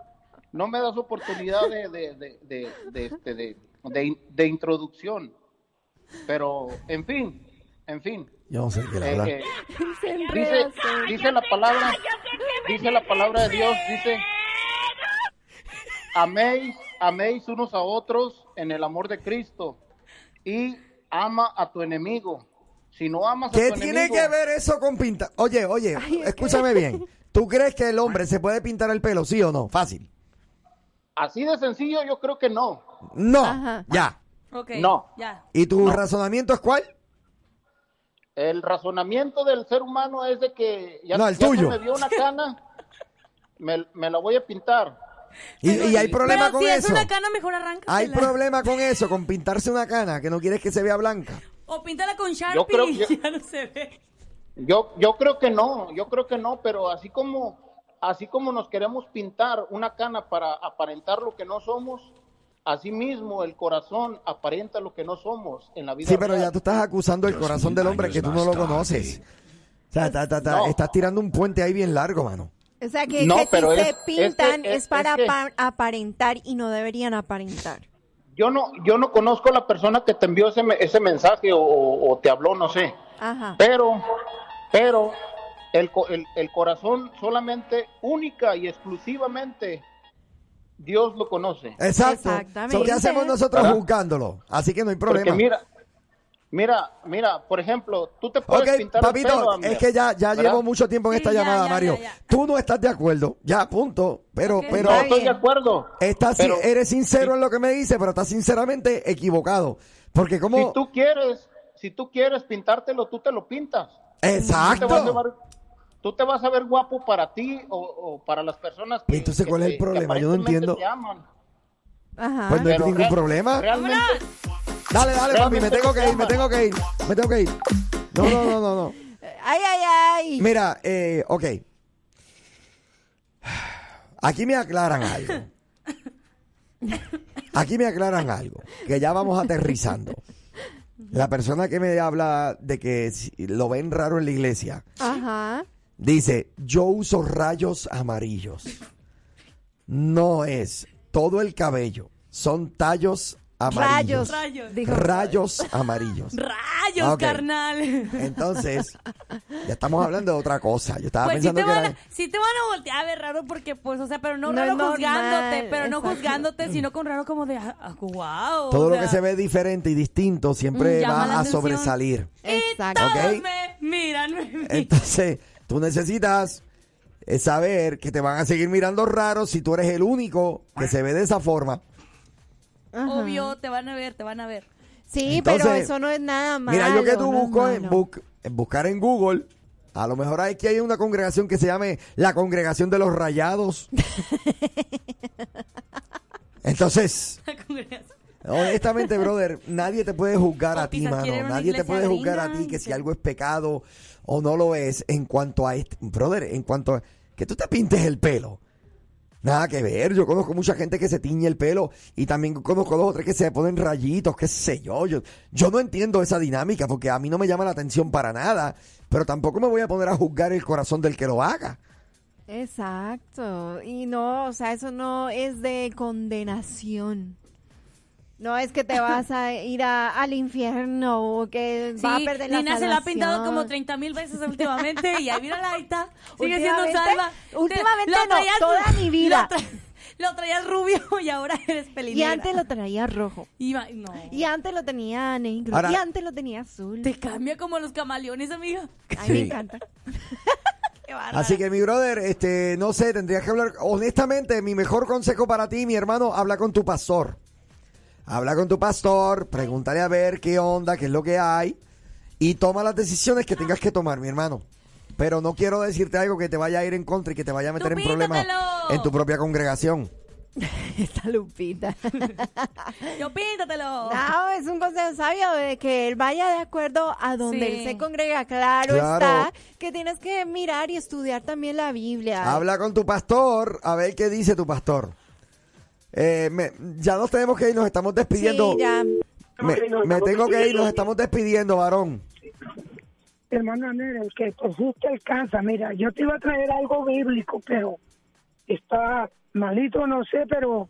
Speaker 9: no me das oportunidad de, de, de, de, de, este, de- de in- de introducción. Pero, en fin, en fin.
Speaker 2: Yo no sé qué
Speaker 9: Eh,
Speaker 2: hablar.
Speaker 9: eh, dice, dice la palabra, dice la palabra de Dios, dice, améis, améis unos a otros en el amor de Cristo y ama a tu enemigo. Si no amas a
Speaker 2: ¿Qué
Speaker 9: tu
Speaker 2: tiene
Speaker 9: enemigo,
Speaker 2: que ver eso con pintar? Oye, oye, escúchame bien. ¿Tú crees que el hombre se puede pintar el pelo, sí o no? Fácil.
Speaker 9: así de sencillo yo creo que no.
Speaker 2: No, ya.
Speaker 1: Ok,
Speaker 9: No.
Speaker 1: Ya.
Speaker 2: ¿Y tu razonamiento es cuál?
Speaker 9: El razonamiento del ser humano es de que ya,
Speaker 2: No, el
Speaker 9: ya se
Speaker 2: tuyo.
Speaker 9: me vio una cana, me, me la voy a pintar.
Speaker 2: Y, y hay problema
Speaker 1: Pero
Speaker 2: con
Speaker 1: si
Speaker 2: eso.
Speaker 1: es una cana, mejor arranca.
Speaker 2: Hay problema con eso, con pintarse una cana que no quieres que se vea blanca.
Speaker 1: O píntala con Sharpie
Speaker 9: Yo creo
Speaker 1: y
Speaker 9: que-
Speaker 1: ya no se ve.
Speaker 9: Yo, yo creo que no, yo creo que no, pero así como, así como nos queremos pintar una cana para aparentar lo que no somos, así mismo el corazón aparenta lo que no somos en la vida
Speaker 2: Sí, pero
Speaker 9: real.
Speaker 2: ya tú estás acusando el corazón del hombre que tú no lo conoces. O sea, ta, ta, ta, estás tirando un puente ahí bien largo, mano.
Speaker 3: O sea, que,
Speaker 2: No,
Speaker 3: que si
Speaker 2: pero
Speaker 3: se
Speaker 2: es-
Speaker 3: pintan
Speaker 9: es que-
Speaker 3: es,
Speaker 9: es-
Speaker 3: para
Speaker 9: es que-
Speaker 3: apa- aparentar y no deberían aparentar.
Speaker 9: Yo no, yo no conozco a la persona que te envió ese, me- ese mensaje o, o- o te habló, no sé.
Speaker 3: Ajá.
Speaker 9: Pero, pero el, co- el- el corazón solamente, única y exclusivamente, Dios lo conoce.
Speaker 2: Exacto. So, ¿Qué hacemos nosotros
Speaker 9: ¿Verdad?
Speaker 2: juzgándolo? Así que no hay
Speaker 9: Porque
Speaker 2: problema.
Speaker 9: mira, mira, mira, por ejemplo, tú te puedes
Speaker 2: Ok,
Speaker 9: pintar el pelo,
Speaker 2: papito,
Speaker 9: Amber,
Speaker 2: es que ya, ya
Speaker 9: ¿verdad?
Speaker 2: llevo mucho tiempo en esta llamada, Mario. Tú no estás de acuerdo, ya, punto. Pero, pero.
Speaker 9: no estoy de acuerdo.
Speaker 2: Estás,
Speaker 9: Pero
Speaker 2: eres sincero en lo que me dices, pero estás sinceramente equivocado. Porque como...
Speaker 9: si tú quieres, si tú quieres pintártelo, tú te lo pintas.
Speaker 2: Exacto.
Speaker 9: Tú te vas a ver, tú te vas a ver guapo para ti o, o para las personas que,
Speaker 2: Entonces, ¿cuál es el
Speaker 9: que
Speaker 2: problema? Yo no
Speaker 9: aparentemente
Speaker 2: entiendo.
Speaker 9: te aman.
Speaker 3: Ajá.
Speaker 2: Pues no hay
Speaker 9: Pero
Speaker 2: ningún
Speaker 9: real-
Speaker 2: problema.
Speaker 9: Realmente,
Speaker 2: Dale, dale, papi, me
Speaker 9: realmente
Speaker 2: tengo
Speaker 9: te
Speaker 2: que ir, me
Speaker 9: aman.
Speaker 2: tengo que ir, me tengo que ir. No, no, no, no, no.
Speaker 3: Ay, ay, ay.
Speaker 2: Mira, eh, ok. Aquí me aclaran algo. Aquí me aclaran algo, que ya vamos aterrizando. La persona que me habla de que si- lo ven raro en la iglesia,
Speaker 3: Ajá.
Speaker 2: dice, yo uso rayos amarillos. No es todo el cabello, son tallos amarillos.
Speaker 1: Rayos. Rayos. Dijo-
Speaker 2: Rayos amarillos.
Speaker 1: Rayos,
Speaker 2: Ah, ok.
Speaker 1: carnal.
Speaker 2: Entonces, ya estamos hablando de otra cosa. Yo estaba
Speaker 1: Pues sí
Speaker 2: Ah, pensando
Speaker 1: te,
Speaker 2: que
Speaker 1: van
Speaker 2: era...
Speaker 1: a, sí te van a voltear a ver raro porque, pues, o sea, pero no,
Speaker 3: No
Speaker 1: raro
Speaker 3: es normal,
Speaker 1: juzgándote, pero no
Speaker 3: exacto.
Speaker 1: juzgándote, sino con raro como de, ah, ah, wow.
Speaker 2: Todo
Speaker 1: o
Speaker 2: lo
Speaker 1: sea,
Speaker 2: que se ve diferente y distinto siempre
Speaker 1: Mm, llama la
Speaker 2: va a
Speaker 1: atención.
Speaker 2: sobresalir.
Speaker 1: Exacto.
Speaker 2: ¿Ok? Eh,
Speaker 1: Todos me miran, me miran.
Speaker 2: Entonces, tú necesitas eh, saber que te van a seguir mirando raro si tú eres el único que se ve de esa forma.
Speaker 1: Obvio, te van a ver, te van a ver.
Speaker 3: Sí,
Speaker 2: Entonces,
Speaker 3: pero eso no es nada malo.
Speaker 2: Mira, yo que tú
Speaker 3: no es
Speaker 2: busco en,
Speaker 3: malo.
Speaker 2: bu- en buscar en Google, a lo mejor hay que hay una congregación que se llame la Congregación de los Rayados. Entonces, Honestamente, brother, nadie te puede juzgar a ti,
Speaker 10: quizás
Speaker 2: mano.
Speaker 10: quieren una
Speaker 2: Nadie te
Speaker 10: iglesia
Speaker 2: puede juzgar a ti
Speaker 10: gringa,
Speaker 2: que si algo es pecado o no lo es en cuanto a este, brother, en cuanto a que tú te pintes el pelo. Nada que ver, yo conozco mucha gente que se tiñe el pelo y también conozco dos o tres que se ponen rayitos, qué sé yo. Yo, yo no entiendo esa dinámica porque a mí no me llama la atención para nada, pero tampoco me voy a poner a juzgar el corazón del que lo haga.
Speaker 3: Exacto. Y no, o sea, eso no es de condenación. No es que te vas a ir a- al infierno o que
Speaker 1: Sí,
Speaker 3: va a perder la
Speaker 1: Nina se la ha pintado
Speaker 3: salvación.
Speaker 1: como 30 mil veces últimamente y ahí mira la está. Sigue siendo
Speaker 3: Últimamente-
Speaker 1: salva.
Speaker 3: últimamente
Speaker 1: Lo
Speaker 3: no,
Speaker 1: traías-
Speaker 3: toda mi vida.
Speaker 1: Lo, tra- lo traías rubio y ahora eres
Speaker 3: Y
Speaker 1: pelinegra.
Speaker 3: antes lo traía rojo.
Speaker 1: Y va- no.
Speaker 3: Y antes lo tenía negro.
Speaker 2: Ahora-
Speaker 3: y antes lo tenía azul.
Speaker 1: Te cambia como los camaleones, amiga.
Speaker 3: Ay, me
Speaker 2: Sí.
Speaker 3: encanta.
Speaker 2: Así que mi brother, este, no sé, tendrías que hablar. Honestamente, mi mejor consejo para ti, mi hermano, habla con tu pastor. Habla con tu pastor, pregúntale a ver qué onda, qué es lo que hay y toma las decisiones que tengas que tomar, mi hermano. Pero no quiero decirte algo que te vaya a ir en contra y que te vaya a meter en problemas
Speaker 1: píntatelo.
Speaker 2: en tu propia congregación.
Speaker 3: Esta lupita.
Speaker 1: Yo píntatelo.
Speaker 3: No, es un consejo sabio de que él vaya de acuerdo a donde
Speaker 1: Sí.
Speaker 3: él se congrega. Claro,
Speaker 2: Claro.
Speaker 3: está que tienes que mirar y estudiar también la Biblia.
Speaker 2: Habla con tu pastor, a ver qué dice tu pastor. Eh, me- ya nos tenemos que ir, nos estamos
Speaker 3: Sí,
Speaker 2: despidiendo.
Speaker 3: ya.
Speaker 2: Me, me tengo que ir, nos estamos despidiendo, varón.
Speaker 6: Hermano, mira, el que te gusta alcanza. Mira, yo te iba a traer algo bíblico, pero está malito, no sé, pero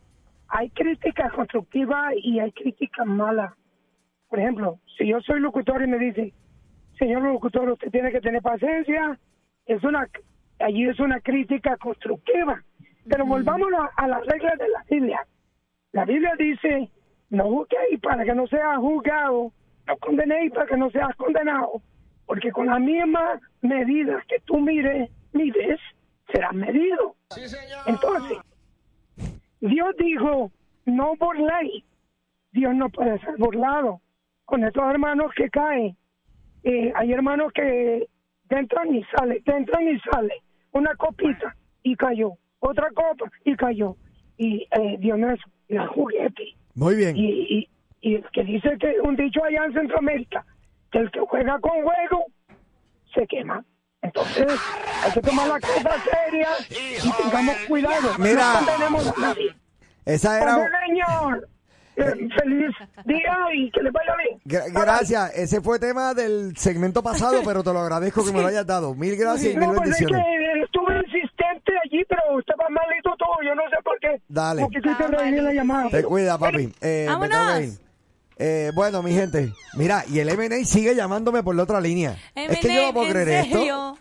Speaker 6: hay críticas constructivas y hay críticas malas. Por ejemplo, si yo soy locutor y me dice, señor locutor, usted tiene que tener paciencia, es una, allí es una crítica constructiva. Pero volvamos a, a las reglas de la Biblia. La Biblia dice, no juzguéis para que no seas juzgado, no condenéis para que no seas condenado, porque con las mismas medidas que tú mires, mides, serás medido. Entonces, Dios dijo, no burléis. Dios no puede ser burlado. Con estos hermanos que caen, eh, hay hermanos que entran y salen, entran y salen. Una copita y cayó, otra copa y cayó. Y eh, Dios no es la juguete.
Speaker 2: Muy bien.
Speaker 6: Y, y, y el que dice que un dicho allá en Centroamérica, que el que juega con juego se quema. Entonces, hay que tomar las cosas serias y tengamos cuidado.
Speaker 2: Mira.
Speaker 6: No tenemos a nadie.
Speaker 2: Esa era.
Speaker 6: Entonces, señor, eh, feliz día y que les vaya bien.
Speaker 2: Gra- gracias, ese fue tema del segmento pasado, pero te lo agradezco que me lo hayas dado. Mil gracias y mil
Speaker 6: No, pues es que
Speaker 2: bendiciones.
Speaker 6: eh, estuve insistente allí, pero estaba malito todo, yo no sé por qué.
Speaker 2: Dale.
Speaker 6: Porque sí te reí la llamada.
Speaker 2: Te cuida, papi. Eh, me tengo que ir. Eh, bueno, mi gente, mira, y el MNA sigue llamándome por la otra línea. es que yo no puedo creer esto.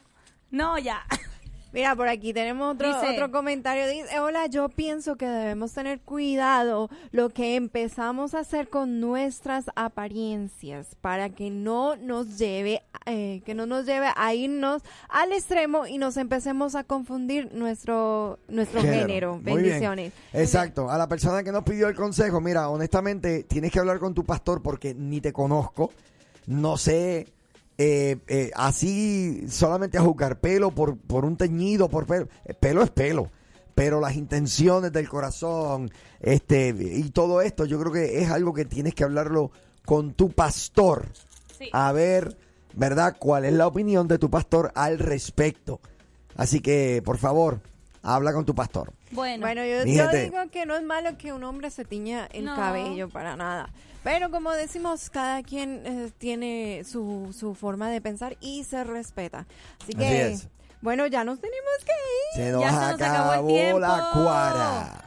Speaker 1: No, ya.
Speaker 3: Mira, por aquí tenemos otro,
Speaker 1: Dice-
Speaker 3: otro comentario. Dice, hola, yo pienso que debemos tener cuidado lo que empezamos a hacer con nuestras apariencias para que no nos lleve, eh, que no nos lleve a irnos al extremo y nos empecemos a confundir nuestro, nuestro género.
Speaker 2: Muy bien.
Speaker 3: Bendiciones.
Speaker 2: Exacto. A la persona que nos pidió el consejo, mira, honestamente, tienes que hablar con tu pastor porque ni te conozco. No sé, eh, eh, así solamente a juzgar pelo por, por un teñido, por pelo. Eh, Pelo es pelo. Pero las intenciones del corazón, este, y todo esto, yo creo que es algo que tienes que hablarlo con tu pastor. A ver, ¿verdad? ¿Cuál es la opinión de tu pastor al respecto? Así que, por favor, habla con tu pastor.
Speaker 1: Bueno,
Speaker 3: yo,
Speaker 2: Mi
Speaker 3: yo
Speaker 2: gente.
Speaker 3: digo que no es malo que un hombre se tiña el
Speaker 1: No.
Speaker 3: cabello para nada. Pero como decimos, cada quien eh, tiene su, su forma de pensar y se respeta. Así que,
Speaker 2: Así es.
Speaker 3: bueno, ya nos tenemos que ir.
Speaker 2: Se nos acabó la cuara.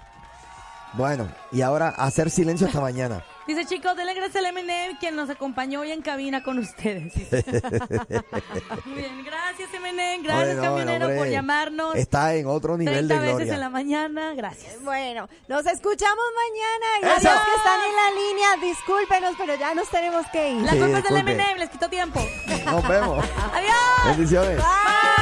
Speaker 2: Bueno, y ahora hacer silencio hasta mañana.
Speaker 1: Dice, chicos, denle gracias al MNE quien nos acompañó hoy en cabina con ustedes. Muy bien, gracias MNE, gracias
Speaker 2: Oye, no,
Speaker 1: camionero
Speaker 2: hombre,
Speaker 1: por llamarnos.
Speaker 2: Está en otro nivel de
Speaker 1: 30 veces
Speaker 2: gloria.
Speaker 1: en la mañana, gracias.
Speaker 3: Bueno, nos escuchamos mañana. Y a
Speaker 2: ¡Eso!
Speaker 3: los que están en la línea, discúlpenos, pero ya nos tenemos que ir.
Speaker 1: E,
Speaker 2: La Sí, culpa es del disculpe.
Speaker 1: les quito tiempo.
Speaker 2: Nos vemos.
Speaker 1: Adiós.
Speaker 2: Ah. Bendiciones.
Speaker 3: Bye.